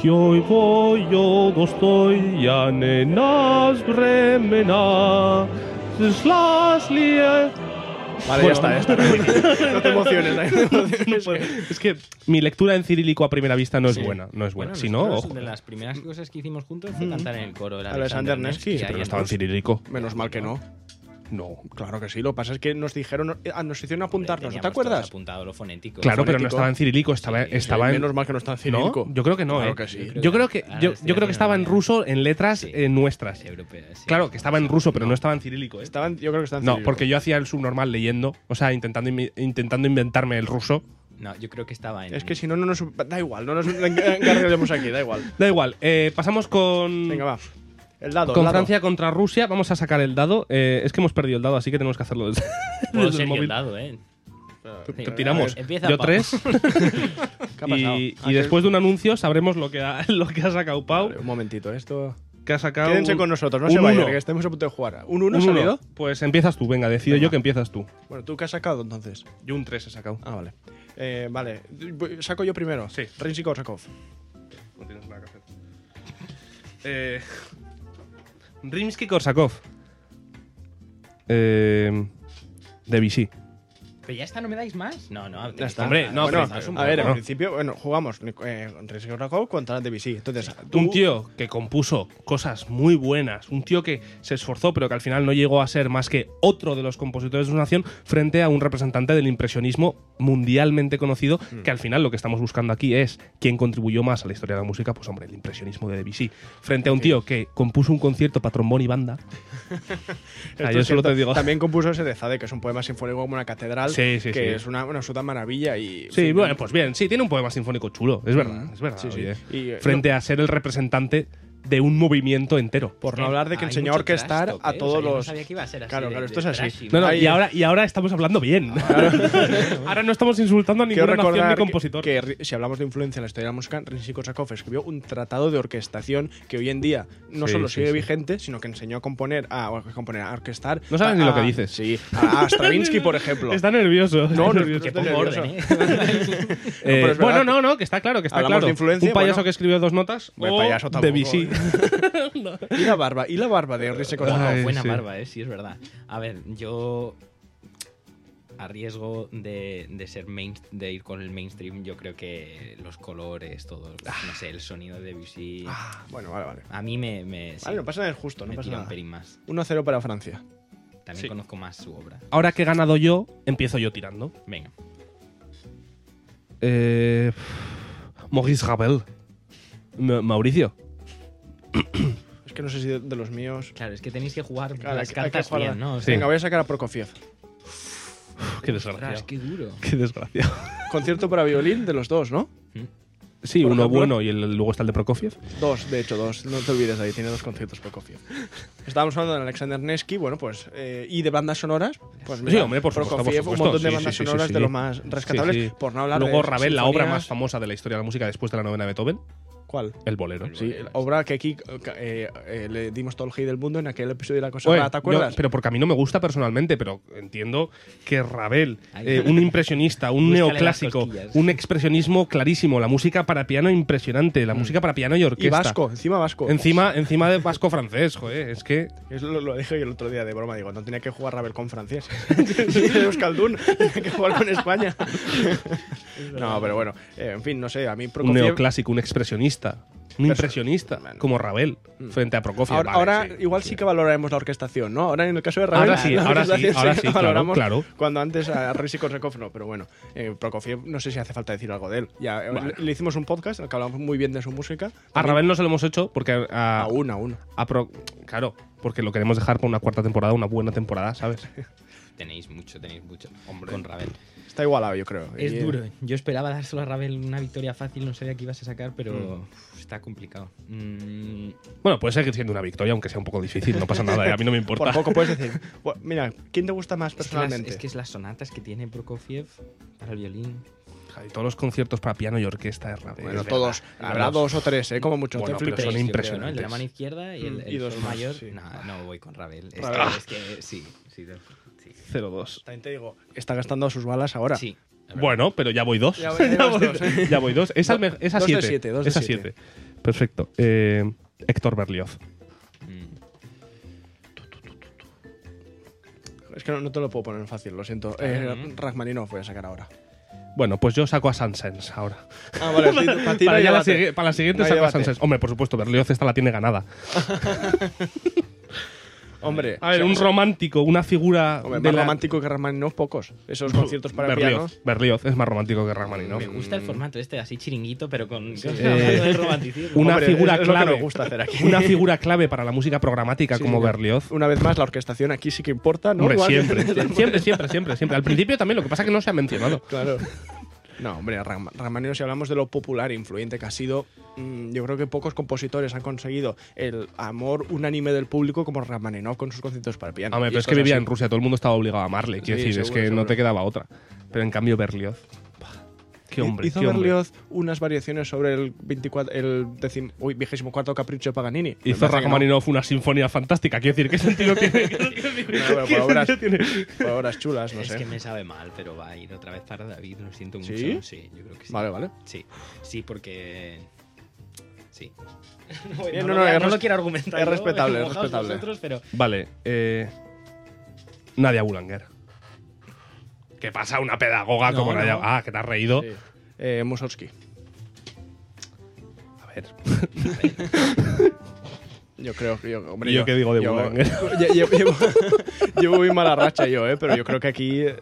Speaker 1: Que hoy voy yo dostoy ya ne nas bremena, zlas lie-
Speaker 4: Vale,
Speaker 1: Bueno.
Speaker 4: ya está, ya está. No te emociones, no
Speaker 1: [laughs]
Speaker 4: te emociones.
Speaker 1: No puedo. Es que mi lectura en cirílico a primera vista no es
Speaker 5: Sí.
Speaker 1: buena. No es buena.
Speaker 5: Bueno,
Speaker 1: si no,
Speaker 5: nosotros,
Speaker 1: ojo.
Speaker 5: de las
Speaker 4: Mm.
Speaker 5: primeras cosas que hicimos juntos fue cantar en el coro de
Speaker 4: Alexander
Speaker 5: Alexander Nevsky,
Speaker 4: Nevsky. Sí,
Speaker 1: Pero
Speaker 5: ahí
Speaker 1: no
Speaker 5: en
Speaker 1: estaba en cirílico.
Speaker 4: Menos mal que no.
Speaker 1: No.
Speaker 4: Claro que sí, lo que pasa es que nos dijeron, eh, nos hicieron apuntarnos, ¿no te
Speaker 5: Teníamos todos
Speaker 4: acuerdas?
Speaker 5: apuntado lo fonético.
Speaker 1: Claro, pero no
Speaker 4: fonético.
Speaker 1: estaba en cirílico, estaba,
Speaker 5: Sí,
Speaker 1: estaba
Speaker 4: Eh,
Speaker 1: en.
Speaker 4: Menos mal que no está en
Speaker 1: ¿No?
Speaker 4: cirílico.
Speaker 1: Yo creo que no,
Speaker 4: Claro
Speaker 1: ¿eh?
Speaker 4: que sí.
Speaker 1: Yo creo que,
Speaker 5: Ahora
Speaker 1: yo,
Speaker 5: estoy
Speaker 1: yo creo que estaba en
Speaker 5: haciendo
Speaker 1: ruso en letras
Speaker 5: Sí.
Speaker 1: eh, nuestras.
Speaker 5: Europea, sí.
Speaker 1: Claro, que estaba en ruso, pero no estaba en cirílico. ¿eh?
Speaker 4: Estaban, yo creo que está en
Speaker 1: No,
Speaker 4: cirílico.
Speaker 1: porque yo hacía el subnormal leyendo, o sea, intentando, inmi- intentando inventarme el ruso.
Speaker 5: No, yo creo que estaba en.
Speaker 4: Es que si no, no nos. Da igual, no nos encargaremos aquí, da igual.
Speaker 1: Da igual, eh, pasamos con.
Speaker 4: Venga, va. El dado. el
Speaker 1: Con
Speaker 4: dado.
Speaker 1: Francia contra Rusia, vamos a sacar el dado. Eh, es que hemos perdido el dado, así que tenemos que hacerlo desde,
Speaker 5: Puedo
Speaker 1: desde
Speaker 5: ser
Speaker 1: el
Speaker 5: yo el
Speaker 1: móvil.
Speaker 5: dado, ¿eh? Sí,
Speaker 1: Que tiramos.
Speaker 5: a ver, empieza,
Speaker 1: Yo
Speaker 5: Pau.
Speaker 1: tres.
Speaker 4: ¿Qué ha pasado?
Speaker 1: y,
Speaker 4: Ah,
Speaker 1: y
Speaker 4: que-
Speaker 1: después de un anuncio sabremos lo que ha, [laughs] lo que ha sacado Pau.
Speaker 4: Vale, un momentito, esto.
Speaker 1: Que ha sacado
Speaker 4: Quédense
Speaker 1: un-
Speaker 4: con nosotros, no
Speaker 1: un
Speaker 4: se vayan,
Speaker 1: uno.
Speaker 4: que estemos a punto de jugar. ¿Un
Speaker 1: Un
Speaker 4: 1 ha
Speaker 1: uno.
Speaker 4: salido?
Speaker 1: Pues empiezas tú, venga, decido yo que empiezas tú.
Speaker 4: Bueno, ¿tú qué has sacado entonces?
Speaker 1: Yo un 3 he sacado.
Speaker 4: Ah, vale. Eh, vale, saco yo primero.
Speaker 1: Sí.
Speaker 4: Rinsi Korsakov.
Speaker 1: No pues tienes nada que hacer. Eh, [laughs] Rimsky-Korsakov. Eh, Debussy.
Speaker 5: Pero ya esta no me dais más. No, no,
Speaker 4: Ya está.
Speaker 1: Hombre, no,
Speaker 4: Bueno,
Speaker 1: pero-
Speaker 4: a ver,
Speaker 1: no.
Speaker 4: en principio, bueno, jugamos eh, Rinsi Korsakov contra DBC. Entonces, tú-
Speaker 1: Un tío que compuso cosas muy buenas, un tío que se esforzó pero que al final no llegó a ser más que otro de los compositores de su nación frente a un representante del impresionismo mundialmente conocido, que al final lo que estamos buscando aquí es quién contribuyó más a la historia de la música, pues hombre, el impresionismo de Debussy, frente a un tío que compuso un concierto para trombón y banda. O sea,
Speaker 4: Esto
Speaker 1: Ah, yo
Speaker 4: es
Speaker 1: solo
Speaker 4: cierto.
Speaker 1: te digo...
Speaker 4: También compuso ese de Zade, que es un poema sinfónico como una catedral,
Speaker 1: Sí, sí,
Speaker 4: que
Speaker 1: sí.
Speaker 4: es una, una absoluta maravilla. Y,
Speaker 1: Sí, bueno, pues bien, sí, tiene un poema sinfónico chulo, es verdad, es verdad.
Speaker 4: Sí, sí.
Speaker 1: oye.
Speaker 4: Y, eh,
Speaker 1: Frente a ser el representante de un movimiento entero.
Speaker 4: Por no hablar de que
Speaker 5: Eh, Hay
Speaker 4: enseñó a
Speaker 5: mucho
Speaker 4: orquestar
Speaker 5: trash talk,
Speaker 4: a
Speaker 5: ¿eh? O
Speaker 4: todos
Speaker 5: sea, yo no
Speaker 4: los.
Speaker 5: sabía que iba a ser así
Speaker 4: Claro,
Speaker 5: de-
Speaker 4: claro, esto
Speaker 5: de
Speaker 4: es así.
Speaker 5: trashy,
Speaker 1: No, no,
Speaker 4: Ahí-
Speaker 1: y, ahora, y ahora estamos hablando
Speaker 4: [laughs]
Speaker 1: bien. ahora no estamos insultando a
Speaker 4: Quiero
Speaker 1: ninguna nación ni
Speaker 4: recordar que-
Speaker 1: compositor.
Speaker 4: que, ri- si hablamos de influencia en la historia de la música, Rinsi Korsakov escribió un tratado de orquestación que hoy en día no
Speaker 1: Sí,
Speaker 4: solo
Speaker 1: sí,
Speaker 4: sigue
Speaker 1: sí.
Speaker 4: vigente, sino que enseñó a componer, a, a componer, a orquestar.
Speaker 1: No sabes
Speaker 4: a-
Speaker 1: ni lo que
Speaker 4: a-
Speaker 1: dices.
Speaker 4: Sí, a, a Stravinsky,
Speaker 1: [laughs]
Speaker 4: por
Speaker 1: [laughs]
Speaker 4: ejemplo.
Speaker 1: Está nervioso.
Speaker 4: No, no,
Speaker 1: nervioso.
Speaker 5: Que
Speaker 4: Estoy
Speaker 5: pongo
Speaker 4: nervioso.
Speaker 5: orden, ¿eh?
Speaker 1: Eh,
Speaker 4: pero es verdad
Speaker 1: bueno,
Speaker 4: que-
Speaker 1: no, no, que está claro, que está
Speaker 4: Hablamos
Speaker 1: claro.
Speaker 4: de influencia,
Speaker 1: un payaso
Speaker 4: bueno.
Speaker 1: que escribió dos notas
Speaker 4: Bueno,
Speaker 1: o
Speaker 4: payaso
Speaker 1: de
Speaker 4: tampoco, ¿eh?
Speaker 1: Vichy.
Speaker 4: Y la barba, y la barba de Rinsi Korsakov.
Speaker 1: Ay,
Speaker 5: buena
Speaker 1: sí.
Speaker 5: barba, ¿eh? Sí, es verdad. A ver, yo a riesgo de, de ser main, de ir con el mainstream, yo creo que los colores, todo, no sé, el sonido de Debussy,
Speaker 4: Ah, bueno, vale, vale.
Speaker 5: a mí me, me, sí,
Speaker 4: Vale, no pasa nada, es justo, no
Speaker 5: me
Speaker 4: pasa
Speaker 5: tira un
Speaker 4: nada.
Speaker 5: pelín más.
Speaker 4: 1-0 para Francia.
Speaker 5: También
Speaker 1: Sí.
Speaker 5: conozco más su obra.
Speaker 1: Ahora que he ganado yo, empiezo yo tirando.
Speaker 5: Venga.
Speaker 1: Eh, Maurice Ravel. Ma- Mauricio.
Speaker 4: Es que no sé si de, de los míos.
Speaker 5: Claro, es que tenéis que jugar
Speaker 4: Claro,
Speaker 5: las
Speaker 4: hay que- hay que
Speaker 5: cartas
Speaker 4: jugarla.
Speaker 5: bien, ¿no? O sea,
Speaker 4: Venga, voy a sacar a Prokofiev.
Speaker 1: Uf, Qué
Speaker 5: ostras,
Speaker 1: desgraciado.
Speaker 5: qué duro.
Speaker 1: Qué desgraciado.
Speaker 4: Concierto para violín de los dos, ¿no?
Speaker 1: Sí,
Speaker 4: Por
Speaker 1: uno
Speaker 4: ejemplo.
Speaker 1: bueno y el, luego está el de Prokofiev.
Speaker 4: Dos, de hecho, dos. No te olvides ahí, tiene dos conciertos Prokofiev. Estábamos hablando de Alexander Nevsky, bueno, pues. eh, y de bandas sonoras. Pues,
Speaker 1: Sí,
Speaker 4: mira,
Speaker 1: hombre, por supuesto,
Speaker 4: Prokofiev,
Speaker 1: por
Speaker 4: un
Speaker 1: supuesto.
Speaker 4: montón de
Speaker 1: Sí,
Speaker 4: bandas
Speaker 1: sí, sí,
Speaker 4: sonoras
Speaker 1: sí,
Speaker 4: de
Speaker 1: sí.
Speaker 4: lo más rescatables.
Speaker 1: Sí, sí.
Speaker 4: Por no hablar
Speaker 1: Luego
Speaker 4: de.
Speaker 1: Ravel, la obra más
Speaker 4: sinfonías-
Speaker 1: famosa de la historia de la música después de la novena de Beethoven,
Speaker 4: ¿Cuál?
Speaker 1: el bolero.
Speaker 4: Sí, obra que aquí eh, eh, le dimos todo el hate del mundo en aquel episodio de la cosa.
Speaker 1: Oye,
Speaker 4: rara, ¿Te acuerdas?
Speaker 1: no, pero porque a mí no me gusta personalmente, pero entiendo que Ravel,
Speaker 5: Ay.
Speaker 1: eh, un impresionista,
Speaker 4: [laughs]
Speaker 1: un
Speaker 5: Búscale las
Speaker 1: neoclásico,
Speaker 5: cosquillas.
Speaker 1: un expresionismo clarísimo, la música para piano impresionante, la música para piano y orquesta.
Speaker 4: Mm. y vasco, encima vasco.
Speaker 1: Encima, encima de vasco francés, joder, es que
Speaker 4: Es lo, lo dije yo el otro día de broma, digo, no tenía que jugar Ravel con
Speaker 1: [laughs]
Speaker 4: francés. [laughs] de Euskaldun, tenía que jugar con España. no, pero bueno, eh, en fin, no sé, a mí
Speaker 1: un
Speaker 4: Prokofiev...
Speaker 1: neoclásico, un expresionista, un
Speaker 4: Perso-
Speaker 1: impresionista, como Ravel, frente a Prokofiev.
Speaker 4: Mm. Ahora,
Speaker 1: vale,
Speaker 4: ahora
Speaker 1: sí,
Speaker 4: igual sí, que valoraremos la orquestación, ¿no? Ahora en el caso de Ravel...
Speaker 1: Ahora sí,
Speaker 4: [laughs] la
Speaker 1: ahora sí,
Speaker 4: orquestación
Speaker 1: ahora sí,
Speaker 4: que
Speaker 1: claro,
Speaker 4: valoramos
Speaker 1: claro.
Speaker 4: Cuando antes a Risi Korsakov no, pero bueno, eh, Prokofiev no sé si hace falta decir algo de él. Ya, eh,
Speaker 1: Vale. Ah,
Speaker 4: le, le hicimos un podcast en el que hablamos muy bien de su música.
Speaker 1: A Ravel no se lo hemos hecho porque a, a-
Speaker 4: Aún, aún.
Speaker 1: a Pro- claro, porque lo queremos dejar para una cuarta temporada, una buena temporada,
Speaker 4: [laughs]
Speaker 1: ¿sabes?
Speaker 5: Tenéis mucho, tenéis mucho. Hombre. Con Ravel.
Speaker 4: Está igualado, yo creo.
Speaker 5: Es
Speaker 4: Y, eh,
Speaker 5: duro. Yo esperaba dárselo a Ravel una victoria fácil, no sabía que ibas a sacar, pero
Speaker 4: Mm.
Speaker 5: uf, está complicado. Mm,
Speaker 1: Bueno, puede seguir siendo una victoria, aunque sea un poco difícil, no pasa nada, eh, [laughs] a mí no
Speaker 4: [laughs]
Speaker 1: me importa.
Speaker 4: Por poco puedes decir, "Buah, mira, ¿quién te gusta más
Speaker 5: es, que las,
Speaker 4: personalmente?
Speaker 5: es que es las sonatas que tiene Prokofiev para el violín.
Speaker 1: Y todos los conciertos para piano y orquesta de Ravel.
Speaker 4: Bueno, todos. Habrá dos o tres, ¿eh? Como mucho.
Speaker 1: Bueno,
Speaker 4: te
Speaker 1: pero
Speaker 4: flipas.
Speaker 1: son
Speaker 5: Tres, yo creo, ¿no? El de
Speaker 1: impresionantes.
Speaker 5: la mano izquierda y el,
Speaker 4: Mm,
Speaker 5: el
Speaker 4: y dos
Speaker 5: sol
Speaker 4: más,
Speaker 5: mayor.
Speaker 4: sí.
Speaker 5: No, no voy con Ravel. Es,
Speaker 4: Ravel.
Speaker 5: que- es que sí, sí. de- sí.
Speaker 1: 0-2.
Speaker 4: También te digo, está gastando sus balas ahora.
Speaker 5: Sí, la verdad.
Speaker 1: Bueno, pero [laughs] ya voy dos.
Speaker 4: Ya voy- ya vas dos, ¿eh?
Speaker 1: ya voy dos. Es, al me- es a
Speaker 4: dos de
Speaker 1: siete.
Speaker 4: siete, dos de
Speaker 1: es a
Speaker 4: siete.
Speaker 1: siete. Perfecto. Eh, Héctor Berlioz.
Speaker 5: Mm.
Speaker 4: Es que no, no te lo puedo poner fácil, lo siento. Eh, Rachmaninoff voy a sacar ahora.
Speaker 1: Bueno, pues yo saco a Sansens ahora.
Speaker 4: Ah, vale, [laughs] sí, para ti no
Speaker 1: para,
Speaker 4: hay
Speaker 1: ya la,
Speaker 4: debate.
Speaker 1: sigui- para la siguiente
Speaker 4: No hay
Speaker 1: saco a
Speaker 4: debate.
Speaker 1: Sansens. Hombre, por supuesto, Berlioz esta la tiene ganada.
Speaker 4: Hombre,
Speaker 1: A ver, un romántico, una figura
Speaker 4: hombre,
Speaker 1: de
Speaker 4: más
Speaker 1: la-
Speaker 4: romántico que Rachmaninoff, pocos. Esos conciertos para piano.
Speaker 1: Berlioz. Berlioz es más romántico que Rachmaninoff.
Speaker 5: Me gusta el
Speaker 4: Mm.
Speaker 5: formato este, así chiringuito, pero con, con
Speaker 1: Eh,
Speaker 4: [laughs]
Speaker 5: el romanticismo.
Speaker 1: Una
Speaker 4: Hombre,
Speaker 1: figura
Speaker 4: es- es lo que
Speaker 1: clave.
Speaker 4: me gusta hacer aquí.
Speaker 1: Una figura clave para la música programática
Speaker 4: Sí,
Speaker 1: como
Speaker 4: sí.
Speaker 1: Berlioz.
Speaker 4: Una vez más, la orquestación aquí sí que importa, ¿no?
Speaker 1: Hombre,
Speaker 4: Igual-
Speaker 1: siempre, siempre, siempre, siempre, siempre. Al principio también, lo que pasa es que no se ha mencionado.
Speaker 4: [laughs] Claro. No, hombre, Rachma- Rachmaninoff, si hablamos de lo popular e influyente que ha sido, mm, yo creo que pocos compositores han conseguido el amor unánime del público como Rachmaninoff con sus conciertos para piano.
Speaker 1: Ah, Hombre,
Speaker 4: Y
Speaker 1: pero es que
Speaker 4: cosas
Speaker 1: vivía
Speaker 4: así.
Speaker 1: en Rusia, todo el mundo estaba obligado a amarle. Quiero
Speaker 4: Sí,
Speaker 1: decir, es
Speaker 4: seguro,
Speaker 1: que no
Speaker 4: seguro.
Speaker 1: te quedaba otra. Pero en cambio, Berlioz. bah, Qué hombre,
Speaker 4: Hizo
Speaker 1: qué hombre.
Speaker 4: Berlioz unas variaciones sobre el 24, el décimo, uy, vigésimo cuarto capricho de Paganini. Me
Speaker 1: Hizo
Speaker 4: parece que
Speaker 1: Rachmaninoff una sinfonía fantástica. Quiero decir, ¿qué sentido
Speaker 4: [laughs]
Speaker 1: tiene?
Speaker 4: No, No, pero
Speaker 1: [laughs] ¿Qué
Speaker 4: por obras,
Speaker 1: sentido tiene?
Speaker 4: por obras chulas, no
Speaker 5: es
Speaker 4: sé.
Speaker 5: que me sabe mal, pero va a ir otra vez para David, lo siento mucho.
Speaker 4: ¿Sí?
Speaker 5: Sí, yo creo que sí.
Speaker 4: Vale, vale.
Speaker 5: Sí, sí, porque. Sí.
Speaker 4: Eh,
Speaker 5: [laughs] no,
Speaker 4: no,
Speaker 5: lo,
Speaker 4: no,
Speaker 5: voy a-
Speaker 4: es
Speaker 5: no lo
Speaker 4: res-
Speaker 5: quiero argumentar.
Speaker 4: es
Speaker 5: yo,
Speaker 4: respetable, es
Speaker 5: mojaos
Speaker 4: respetable.
Speaker 5: vosotros, pero
Speaker 1: Vale, eh, Nadia Boulanger. ¿Qué pasa? Una pedagoga
Speaker 5: No,
Speaker 1: como
Speaker 5: no.
Speaker 1: Nadia. Ah, que te has reído.
Speaker 4: Sí. Eh, Mussorgsky.
Speaker 1: A ver.
Speaker 4: Yo creo que yo, hombre,
Speaker 1: ¿Y yo qué digo de
Speaker 4: [laughs]
Speaker 1: Boulanger?
Speaker 4: lle- lle- llevo, llevo muy mala racha yo, eh, pero yo creo que aquí eh,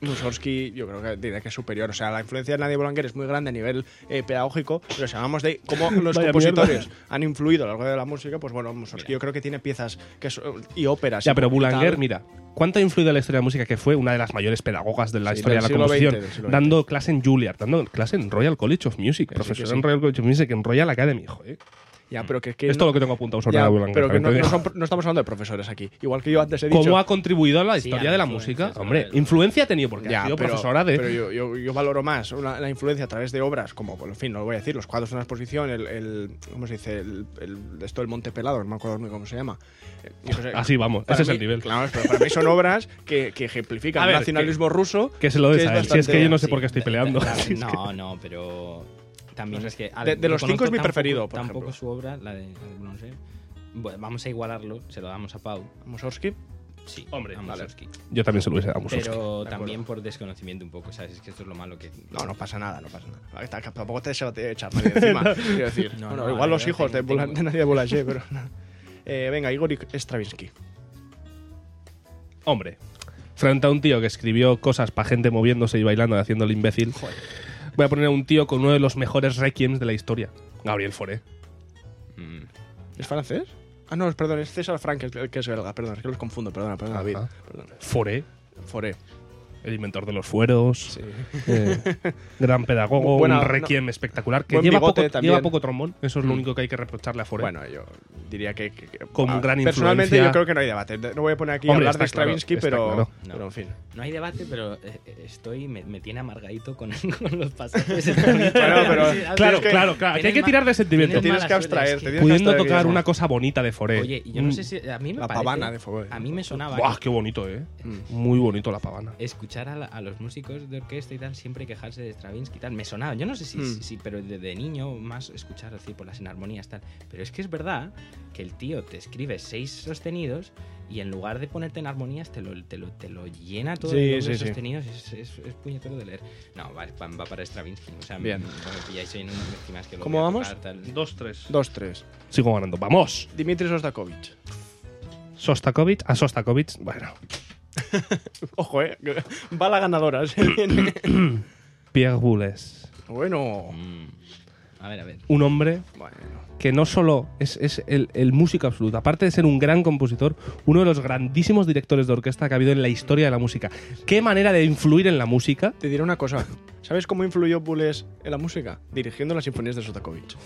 Speaker 4: Mussorgsky yo creo que diría que es superior. O sea, la influencia de Nadia Boulanger es muy grande a nivel eh, pedagógico, pero si hablamos de
Speaker 1: [laughs]
Speaker 4: cómo los
Speaker 1: Vaya
Speaker 4: compositores han influido a lo largo de la música, pues bueno, Mussorgsky
Speaker 5: Mira.
Speaker 4: yo creo que tiene piezas que son- y óperas.
Speaker 1: Ya, pero
Speaker 4: y tal.
Speaker 1: Boulanger, mira, ¿cuánto ha influido en la historia de la música que fue una de las mayores pedagogas de la
Speaker 4: Sí,
Speaker 1: historia de la
Speaker 4: del siglo
Speaker 1: composición?
Speaker 4: XX, del siglo XX.
Speaker 1: dando clase en Juilliard, dando clase en Royal College of Music,
Speaker 4: Que sí,
Speaker 1: profesora
Speaker 4: que sí.
Speaker 1: en Royal College of Music, en Royal Academy, joder.
Speaker 4: Ya, pero que es que.
Speaker 1: Es
Speaker 4: no-
Speaker 1: todo lo que tengo apuntado sobre
Speaker 4: ya,
Speaker 1: la Blanca.
Speaker 4: Pero que no,
Speaker 1: entonces-
Speaker 4: no son- no estamos hablando de profesores aquí. Igual que yo antes he dicho.
Speaker 1: ¿Cómo ha contribuido a la
Speaker 5: Sí,
Speaker 1: historia
Speaker 5: a
Speaker 1: de la
Speaker 5: la influencia,
Speaker 1: música?
Speaker 5: sobre
Speaker 1: Hombre,
Speaker 5: el-
Speaker 1: influencia ha tenido porque ha sido profesora de.
Speaker 4: pero yo, yo- yo valoro más una- la influencia a través de obras como, bueno, en fin, no lo voy a decir, los cuadros de una exposición, el, el- ¿cómo se dice? El, el- esto del Monte Pelado, no me acuerdo ni cómo se llama. Eh, yo qué sé,
Speaker 1: Así vamos,
Speaker 4: para
Speaker 1: Ah, ese es el
Speaker 4: mí-
Speaker 1: nivel.
Speaker 4: Claro, pero para mí son obras que, que
Speaker 1: [laughs]
Speaker 4: ejemplifican
Speaker 1: A ver,
Speaker 4: el nacionalismo ruso.
Speaker 1: Que se lo des a él. Si es que yo no sé
Speaker 5: Sí,
Speaker 1: por qué estoy
Speaker 5: da-
Speaker 1: peleando.
Speaker 5: da-
Speaker 1: Si es que-
Speaker 5: no, no, pero también es que. a
Speaker 4: De-
Speaker 5: ver,
Speaker 4: de los cinco es mi
Speaker 5: reconozco
Speaker 4: preferido, por
Speaker 5: Tampoco, tampoco
Speaker 4: ejemplo.
Speaker 5: su obra, la de, la de Bronzer. Bueno, vamos a igualarlo, se lo damos a Pau.
Speaker 4: Mussorgsky.
Speaker 5: Sí,
Speaker 1: Hombre,
Speaker 5: a
Speaker 1: vale.
Speaker 5: Mussorgsky.
Speaker 1: Yo también se lo hice a Mussorgsky.
Speaker 5: Pero
Speaker 4: de
Speaker 5: también por desconocimiento un poco, ¿sabes? Es que esto es lo malo que.
Speaker 4: No, no pasa nada, no pasa nada. Está- Tampoco te se lo tiene que
Speaker 1: [laughs]
Speaker 4: echar nadie encima. quiero decir.
Speaker 5: No,
Speaker 4: Bueno,
Speaker 5: no,
Speaker 4: igual
Speaker 5: la
Speaker 4: los
Speaker 5: verdad
Speaker 4: hijos
Speaker 5: tengo-
Speaker 4: de, Bola-
Speaker 5: tengo-
Speaker 4: de
Speaker 5: [laughs]
Speaker 4: Nadia Boulanger, pero. no. Eh, venga, Igor y Stravinsky.
Speaker 1: Hombre, frente a un tío que escribió cosas para gente moviéndose y bailando y haciendo el imbécil, voy a poner a un tío con uno de los mejores requiems de la historia. Gabriel Foré.
Speaker 5: Mm.
Speaker 4: ¿Es francés? Ah, no, es- perdón, es César Frank, el que es belga, perdón, es que los confundo, perdona, perdona,
Speaker 1: Ajá.
Speaker 4: David. Perdón.
Speaker 1: Foré,
Speaker 4: Foré.
Speaker 1: el inventor de los fueros, eh,
Speaker 4: [laughs]
Speaker 1: gran pedagogo,
Speaker 4: Buena-
Speaker 1: un requiem espectacular, que
Speaker 4: buen
Speaker 1: lleva
Speaker 4: bigote
Speaker 1: poco,
Speaker 4: también. Mm.
Speaker 1: lleva poco trombón. Eso es lo único que hay que reprocharle a Foré.
Speaker 4: Bueno, yo diría que. que- que-
Speaker 1: Con
Speaker 4: a-
Speaker 1: gran
Speaker 4: Personalmente,
Speaker 1: influencia.
Speaker 4: yo creo que no hay debate. No voy a poner aquí a
Speaker 1: Hombre,
Speaker 4: hablar de
Speaker 1: está claro,
Speaker 4: Stravinsky,
Speaker 1: está
Speaker 4: pero,
Speaker 1: claro.
Speaker 5: No.
Speaker 4: pero en fin.
Speaker 5: No hay debate, pero eh, eh, estoy. Me, me tiene amargadito con, [laughs] con los pasajes. [laughs] bueno,
Speaker 4: pero-
Speaker 1: Claro, claro, claro. Aquí hay que tirar de sentimiento.
Speaker 4: Tienes que abstraerte, tienes que
Speaker 1: Pudiendo
Speaker 4: abstraer,
Speaker 1: tocar
Speaker 4: Guillermo.
Speaker 1: una cosa bonita de Foré. Mm.
Speaker 5: Oye, y yo no sé si. A mí me
Speaker 4: La
Speaker 5: parece-
Speaker 4: pavana de ¿eh? Fogel.
Speaker 5: A mí me sonaba.
Speaker 1: Buah,
Speaker 5: que
Speaker 1: qué bonito, eh.
Speaker 4: Mm.
Speaker 1: Muy bonito la pavana.
Speaker 5: Escuchar a, la- a los músicos de orquesta y tal siempre quejarse de Stravinsky y tal. Me sonaba. Yo no sé si,
Speaker 4: Mm.
Speaker 5: si- si- pero desde niño más escuchar así por las enarmonías tal. Pero es que es verdad que el tío te escribe seis sostenidos y en lugar de ponerte en armonías te lo, te lo, te lo llena todo
Speaker 4: Sí,
Speaker 5: de
Speaker 4: sí,
Speaker 5: dobles
Speaker 4: sí.
Speaker 5: sostenidos. Es, es, es puñetero de leer. No, va, va- va para Stravinsky. O sea,
Speaker 4: Bien.
Speaker 5: me- me pilláis en un encima es que lo
Speaker 4: ¿Cómo
Speaker 5: voy a
Speaker 4: vamos?
Speaker 5: tocar, tal.
Speaker 1: Dos, tres.
Speaker 4: Dos, tres.
Speaker 1: Sigo ganando. ¡Vamos! [laughs]
Speaker 4: Dimitri Sostakovich.
Speaker 1: Sostakovich a Sostakovich. Bueno,
Speaker 4: Ojo, eh. [laughs] que- Va la ganadora. se
Speaker 1: [coughs]
Speaker 4: viene.
Speaker 1: Pierre Boulez.
Speaker 4: [coughs] bueno.
Speaker 5: Mm. A ver, a ver.
Speaker 1: Un hombre
Speaker 4: Bueno.
Speaker 1: que no solo es, es el, el músico absoluto, aparte de ser un gran compositor, uno de los grandísimos directores de orquesta que ha habido en la historia de la música. ¿Qué manera de influir en la música?
Speaker 4: Te diré una cosa. ¿Sabes cómo influyó Bules en la música? Dirigiendo las sinfonías
Speaker 1: [laughs]
Speaker 4: de Sostakovich.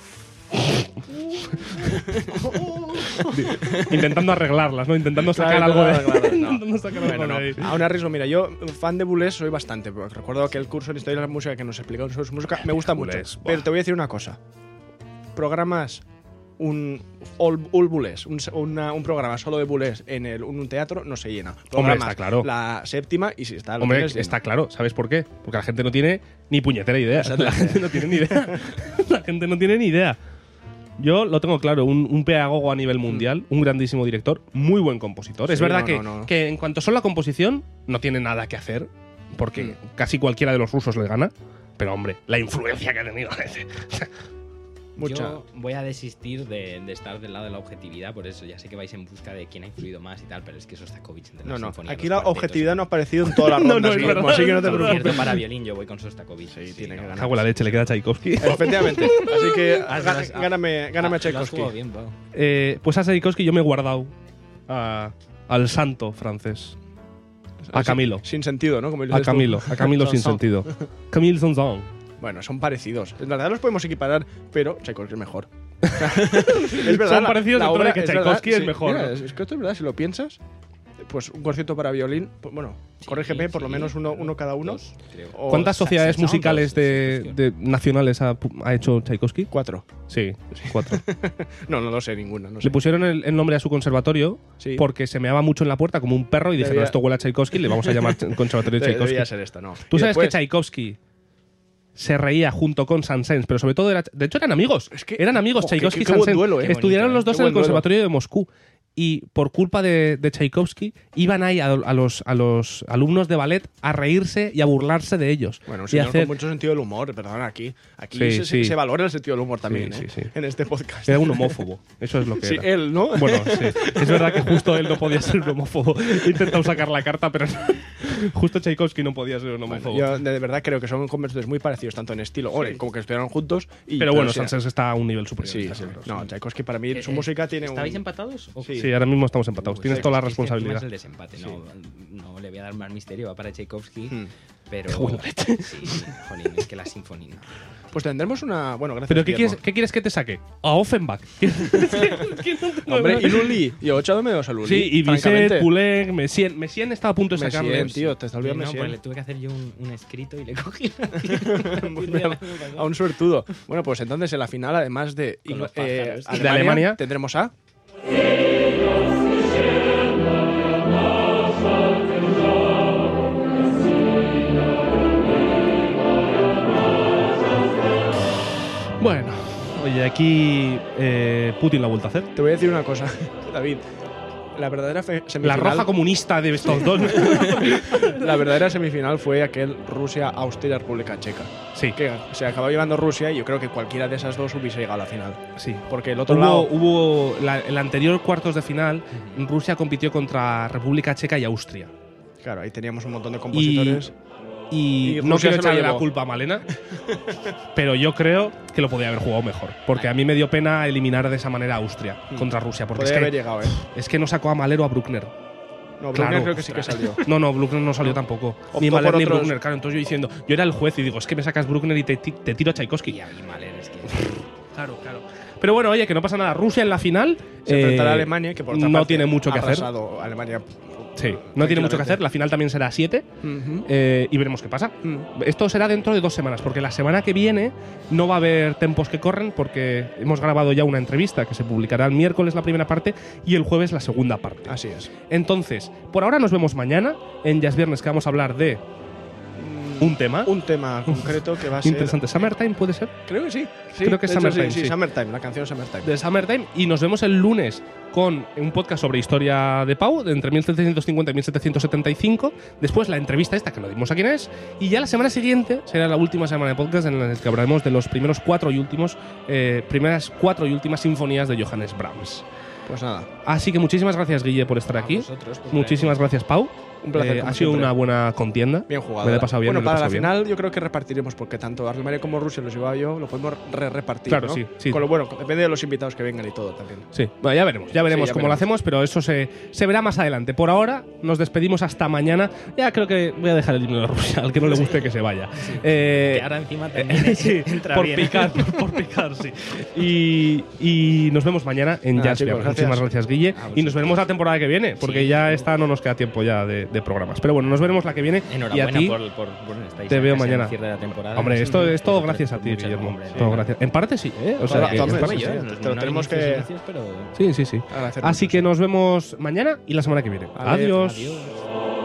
Speaker 1: Intentando arreglarlas, ¿no? Intentando sacar
Speaker 4: Claro,
Speaker 1: algo de... [laughs]
Speaker 4: claro, claro, no.
Speaker 1: Intentando sacar algo
Speaker 4: Bueno,
Speaker 1: de ahí.
Speaker 4: aún arriesgo. Mira, yo fan de Boulez soy bastante. porque Recuerdo aquel curso de historia de la música que nos explicaron sobre su música. Me gusta mucho.
Speaker 1: Boulez, buah.
Speaker 4: Pero te voy a decir una cosa. Programas un all, all Boulez, un, se- una- un programa solo de Boulez en el- un teatro no se llena. Programas
Speaker 1: está claro.
Speaker 4: La séptima y si está. lo
Speaker 1: Hombre,
Speaker 4: tienes lleno.
Speaker 1: está claro, ¿sabes por qué? Porque la gente no tiene ni puñetera idea. La gente no tiene ni
Speaker 4: [laughs]
Speaker 1: idea. la gente no tiene ni idea. Yo lo tengo claro, un, un pedagogo a nivel mundial, un grandísimo director, muy buen compositor. es
Speaker 4: Mm. Sí,
Speaker 1: verdad
Speaker 4: no,
Speaker 1: que,
Speaker 4: no, no.
Speaker 1: que en cuanto son la composición, no tiene nada que hacer, porque
Speaker 4: Mm.
Speaker 1: casi cualquiera de los rusos le gana. Pero hombre, la influencia que ha tenido. [laughs]
Speaker 4: Mucha.
Speaker 5: Yo voy a desistir de, de estar del lado de la objetividad, por eso ya sé que vais en busca de quién ha influido más y tal, pero es que Sostakovich entre
Speaker 4: No,
Speaker 5: la
Speaker 4: no.
Speaker 5: sinfonía,
Speaker 4: Aquí
Speaker 5: los
Speaker 4: la
Speaker 5: cuartetos,
Speaker 4: objetividad no ha aparecido en toda
Speaker 1: [laughs]
Speaker 4: la
Speaker 1: No, no,
Speaker 4: ronda.
Speaker 1: es
Speaker 4: Guillermo,
Speaker 1: verdad.
Speaker 4: así que no te
Speaker 5: Por
Speaker 4: preocupes.
Speaker 5: cierto, para violín yo voy con Sostakovich.
Speaker 4: Sí, tiene
Speaker 5: no,
Speaker 4: que ganar.
Speaker 1: Cago en la leche, le queda a
Speaker 4: [laughs]
Speaker 1: Tchaikovsky.
Speaker 5: [laughs]
Speaker 4: Efectivamente. Así que
Speaker 5: Ah,
Speaker 4: gá-
Speaker 5: has- ah,
Speaker 4: gáname, gáname a
Speaker 5: ah, lo has
Speaker 4: Tchaikovsky.
Speaker 5: jugado bien, Pau.
Speaker 1: Eh, pues a Tchaikovsky yo me he guardado a- al santo francés. A
Speaker 4: Así,
Speaker 1: Camilo.
Speaker 4: Sin sentido, ¿no? Como dices
Speaker 1: A
Speaker 4: tú.
Speaker 1: Camilo, a Camilo sin
Speaker 4: Son-
Speaker 1: sentido.
Speaker 4: [laughs]
Speaker 1: Camille Saint-Saëns.
Speaker 4: Bueno, son parecidos. En verdad los podemos equiparar, pero Tchaikovsky
Speaker 1: [laughs]
Speaker 4: es mejor. es
Speaker 1: Son parecidos dentro de que
Speaker 4: verdad,
Speaker 1: Tchaikovsky es mejor,
Speaker 4: mira,
Speaker 1: ¿no?
Speaker 4: es, es que esto es verdad, si lo piensas, pues un concierto para violín, pues, bueno, corrígeme,
Speaker 5: Sí,
Speaker 4: por lo
Speaker 5: sí,
Speaker 4: menos uno,
Speaker 5: claro,
Speaker 4: uno cada uno.
Speaker 5: dos, creo.
Speaker 4: o-
Speaker 1: ¿Cuántas
Speaker 5: sa-
Speaker 1: sociedades
Speaker 5: sa- sound,
Speaker 1: musicales
Speaker 5: dos,
Speaker 1: de,
Speaker 5: sí,
Speaker 1: de nacionales ha, pu- ha hecho Tchaikovsky?
Speaker 4: Cuatro.
Speaker 1: Sí,
Speaker 4: [laughs]
Speaker 1: cuatro.
Speaker 4: No, no lo sé ninguna, no sé.
Speaker 1: Le pusieron el, el nombre a su conservatorio
Speaker 4: Sí.
Speaker 1: porque se meaba mucho en la puerta como un perro y dijeron,
Speaker 4: Debía-
Speaker 1: esto huele a Tchaikovsky, le vamos a
Speaker 4: [laughs]
Speaker 1: llamar Ch- Conservatorio
Speaker 4: De-
Speaker 1: Tchaikovsky.
Speaker 4: Debía ser esta, ¿no?
Speaker 1: Tú
Speaker 4: Y
Speaker 1: sabes que
Speaker 4: después-
Speaker 1: Tchaikovsky se reía junto con Sansens, pero sobre todo era- de hecho eran amigos.
Speaker 4: Es que-
Speaker 1: eran amigos
Speaker 4: jo,
Speaker 1: Tchaikovsky
Speaker 4: qué-
Speaker 1: y
Speaker 4: qué buen
Speaker 1: Sansens.
Speaker 4: duelo, eh.
Speaker 1: Estudiaron
Speaker 4: Bonito,
Speaker 1: los
Speaker 4: eh.
Speaker 1: dos
Speaker 4: Qué
Speaker 1: en el
Speaker 4: buen duelo.
Speaker 1: Conservatorio de Moscú y por culpa de, de Tchaikovsky iban ahí a, a los, a los alumnos de ballet a reírse y a burlarse de ellos
Speaker 4: Bueno, un
Speaker 1: y
Speaker 4: señor
Speaker 1: hacer
Speaker 4: con mucho sentido del humor, perdón, aquí, aquí
Speaker 1: Sí,
Speaker 4: se, se-
Speaker 1: sí.
Speaker 4: se valora el sentido del humor también,
Speaker 1: Sí,
Speaker 4: ¿eh?
Speaker 1: sí, sí.
Speaker 4: En este podcast.
Speaker 1: Era un homófobo. Eso es lo que
Speaker 4: Sí,
Speaker 1: era.
Speaker 4: él, ¿no? [laughs]
Speaker 1: Bueno, sí. Es verdad que justo él no podía ser un homófobo. He intentado sacar la carta, pero no. justo Tchaikovsky no podía ser un
Speaker 4: Bueno,
Speaker 1: homófobo.
Speaker 4: yo de de verdad creo que son conversadores muy parecidos, tanto en estilo, hombre, como que estudiaron juntos. Y,
Speaker 1: pero bueno,
Speaker 4: sí,
Speaker 1: Sansens está a un nivel superior.
Speaker 4: Sí,
Speaker 1: está
Speaker 4: sí.
Speaker 1: claro.
Speaker 4: no, Tchaikovsky para mí
Speaker 5: Eh,
Speaker 4: su
Speaker 5: eh,
Speaker 4: música tiene
Speaker 5: ¿Estabais
Speaker 4: un.
Speaker 5: empatados? ¿O-
Speaker 4: Sí.
Speaker 1: Sí, ahora mismo estamos empatados.
Speaker 5: Pues
Speaker 1: Tienes
Speaker 5: sí,
Speaker 1: toda la
Speaker 5: es que encima
Speaker 1: responsabilidad.
Speaker 5: Es el desempate, no, no le voy a dar más misterio, va para Tchaikovsky,
Speaker 4: Hmm. [laughs]
Speaker 5: pero... sí, sí, jolín, es que la sinfonía... no, tío,
Speaker 4: Pues tendremos una. Bueno, gracias.
Speaker 1: ¿Pero qué
Speaker 4: Guillermo.
Speaker 1: quieres, qué quieres que te saque? A Offenbach. [laughs]
Speaker 4: Hombre, y Luli. Y 8 me dos a Luli.
Speaker 1: Sí, y Vicente,
Speaker 4: francamente.
Speaker 1: Puleng, Messien. Messien estaba a punto de
Speaker 4: Messiaen,
Speaker 1: sacarle.
Speaker 4: tío, te está
Speaker 5: Sí,
Speaker 4: olvidando
Speaker 5: no, pues le
Speaker 4: Messiaen.
Speaker 5: tuve que hacer yo un, un escrito y le cogí. [laughs]
Speaker 4: [laughs] a un suertudo. Bueno, pues entonces en la final, además de,
Speaker 5: Con los
Speaker 4: Ingl- eh,
Speaker 5: pájaros.
Speaker 1: De Alemania.
Speaker 4: tendremos a.
Speaker 1: Bueno, oye, aquí eh, Putin la ha vuelto a hacer.
Speaker 4: Te voy a decir una cosa, [laughs] David. La verdadera fe-
Speaker 1: La
Speaker 4: semifinal.
Speaker 1: roja comunista de estos
Speaker 4: [laughs]
Speaker 1: dos.
Speaker 4: la verdadera semifinal fue aquel Rusia-Austria República Checa.
Speaker 1: sí,
Speaker 4: Que se acabó llevando Rusia y yo creo que cualquiera de esas dos hubiese llegado a la final.
Speaker 1: sí.
Speaker 4: Porque el otro
Speaker 1: Hubo,
Speaker 4: lado.
Speaker 1: hubo la- el anterior cuartos de final, Rusia compitió contra República Checa y Austria.
Speaker 4: Claro, ahí teníamos un montón de compositores.
Speaker 1: Y,
Speaker 4: Y
Speaker 1: no quiero
Speaker 4: Rusia se lo
Speaker 1: echarle la
Speaker 4: llevó.
Speaker 1: culpa a Malena, pero yo creo que lo podía haber jugado mejor. Porque a mí me dio pena eliminar de esa manera a Austria contra Rusia. Porque es
Speaker 4: Hmm. Podría haber
Speaker 1: que,
Speaker 4: llegado, ¿eh?
Speaker 1: es que no sacó a Malero a Bruckner.
Speaker 4: No,
Speaker 1: Claro.
Speaker 4: Bruckner creo que sí que salió.
Speaker 1: [laughs] No, no, Bruckner no salió tampoco.
Speaker 4: Optó
Speaker 1: ni Maler
Speaker 4: por
Speaker 1: ni
Speaker 4: otros.
Speaker 1: Bruckner, claro. Entonces yo diciendo, yo era el juez y digo, es que me sacas Bruckner y te, ti- te tiro a Tchaikovsky.
Speaker 5: [laughs] Y a mí, Mahler, es que.
Speaker 1: Claro, claro. Pero bueno, oye, que no pasa nada. Rusia en la final.
Speaker 4: Se
Speaker 1: eh,
Speaker 4: enfrentará a Alemania, que por otra
Speaker 1: no
Speaker 4: parte,
Speaker 1: tiene mucho que
Speaker 4: ha
Speaker 1: hacer.
Speaker 4: arrasado Alemania.
Speaker 1: Sí, no tiene mucho que
Speaker 4: Tranquilamente.
Speaker 1: hacer. La final también será a 7
Speaker 4: Ujú.
Speaker 1: eh, y veremos qué pasa.
Speaker 4: Mm.
Speaker 1: Esto será dentro de dos semanas, porque la semana que viene no va a haber tempos que corren, porque hemos grabado ya una entrevista que se publicará el miércoles la primera parte y el jueves la segunda parte.
Speaker 4: Así es.
Speaker 1: Entonces, por ahora nos vemos mañana en Jazz Viernes, que vamos a hablar de un tema.
Speaker 4: Un tema concreto que va a ser.
Speaker 1: Interesante. ¿Summertime puede ser?
Speaker 4: Creo que sí. sí,
Speaker 1: Creo que es
Speaker 4: de hecho,
Speaker 1: Summertime,
Speaker 4: Sí,
Speaker 1: sí.
Speaker 4: sí, Summertime, la canción Summertime.
Speaker 1: De Summertime. Y nos vemos el lunes con un podcast sobre historia de Pau, de entre 1750 y 1775. Después la entrevista esta, que no dimos a quién es. Y ya la semana siguiente será la última semana de podcast en la que hablaremos de los primeros cuatro y últimos, eh, primeras cuatro y últimas sinfonías de Johannes Brahms.
Speaker 4: Pues nada,
Speaker 1: Así que muchísimas gracias, Guille, por estar aquí.
Speaker 5: Vosotros, pues,
Speaker 1: Muchísimas gracias, Pau. Eh,
Speaker 4: Un placer, como
Speaker 1: ha sido
Speaker 4: siempre.
Speaker 1: una buena contienda.
Speaker 4: bien jugado. ¿eh?
Speaker 1: Me lo he pasado bien.
Speaker 4: Bueno,
Speaker 1: me lo he
Speaker 4: para la
Speaker 1: pasado bien.
Speaker 4: final yo creo que repartiremos, porque tanto Alemania como Rusia los llevaba yo, lo podemos re- repartir.
Speaker 1: Claro,
Speaker 4: ¿no?
Speaker 1: sí, sí.
Speaker 4: Con lo bueno, depende de los invitados que vengan y todo también.
Speaker 1: Sí, bueno, ya veremos, ya veremos
Speaker 4: Sí, ya
Speaker 1: cómo lo
Speaker 4: veremos.
Speaker 1: hacemos, pero eso se, se verá más adelante. Por ahora, nos despedimos hasta mañana. Ya creo que voy a dejar el himno de Rusia, al que no le guste que se vaya. Eh,
Speaker 5: Que ahora
Speaker 1: [laughs]
Speaker 5: encima también
Speaker 1: sí,
Speaker 5: entra
Speaker 1: por
Speaker 5: bien. [laughs]
Speaker 1: picar, por, por picar, sí. Y, y nos vemos mañana en
Speaker 4: Nada,
Speaker 1: Jazz
Speaker 4: chicos,
Speaker 1: Jam.
Speaker 4: gracias.
Speaker 1: Muchísimas gracias, Guille. y nos
Speaker 5: vosotros.
Speaker 1: veremos la temporada que viene, porque
Speaker 5: Sí.
Speaker 1: ya esta no nos queda tiempo ya de, de programas. Pero bueno, nos veremos la que viene. y a
Speaker 5: Enhorabuena
Speaker 1: ti,
Speaker 5: por, por, por estáis
Speaker 1: te
Speaker 5: ya
Speaker 1: veo
Speaker 5: casi en el
Speaker 1: mañana.
Speaker 5: cierre de la temporada.
Speaker 1: Hombre, esto es todo
Speaker 5: Por- por-
Speaker 1: gracias a
Speaker 5: por
Speaker 1: ti,
Speaker 5: mucho,
Speaker 1: Guillermo.
Speaker 5: hombre, sí.
Speaker 1: Todo gracias. En parte sí, ¿eh? O sea,
Speaker 4: Claro,
Speaker 1: que-
Speaker 4: totalmente.
Speaker 5: Esto me lleva,
Speaker 4: Sí,
Speaker 5: los
Speaker 4: te lo tenemos
Speaker 5: inicios,
Speaker 4: que-
Speaker 5: inicios, pero-
Speaker 1: sí, sí, sí.
Speaker 4: Agradecer
Speaker 1: Así
Speaker 4: mucho,
Speaker 1: que
Speaker 4: sí.
Speaker 1: nos vemos mañana y la semana que viene. Adiós.
Speaker 4: Adiós.
Speaker 5: Adiós.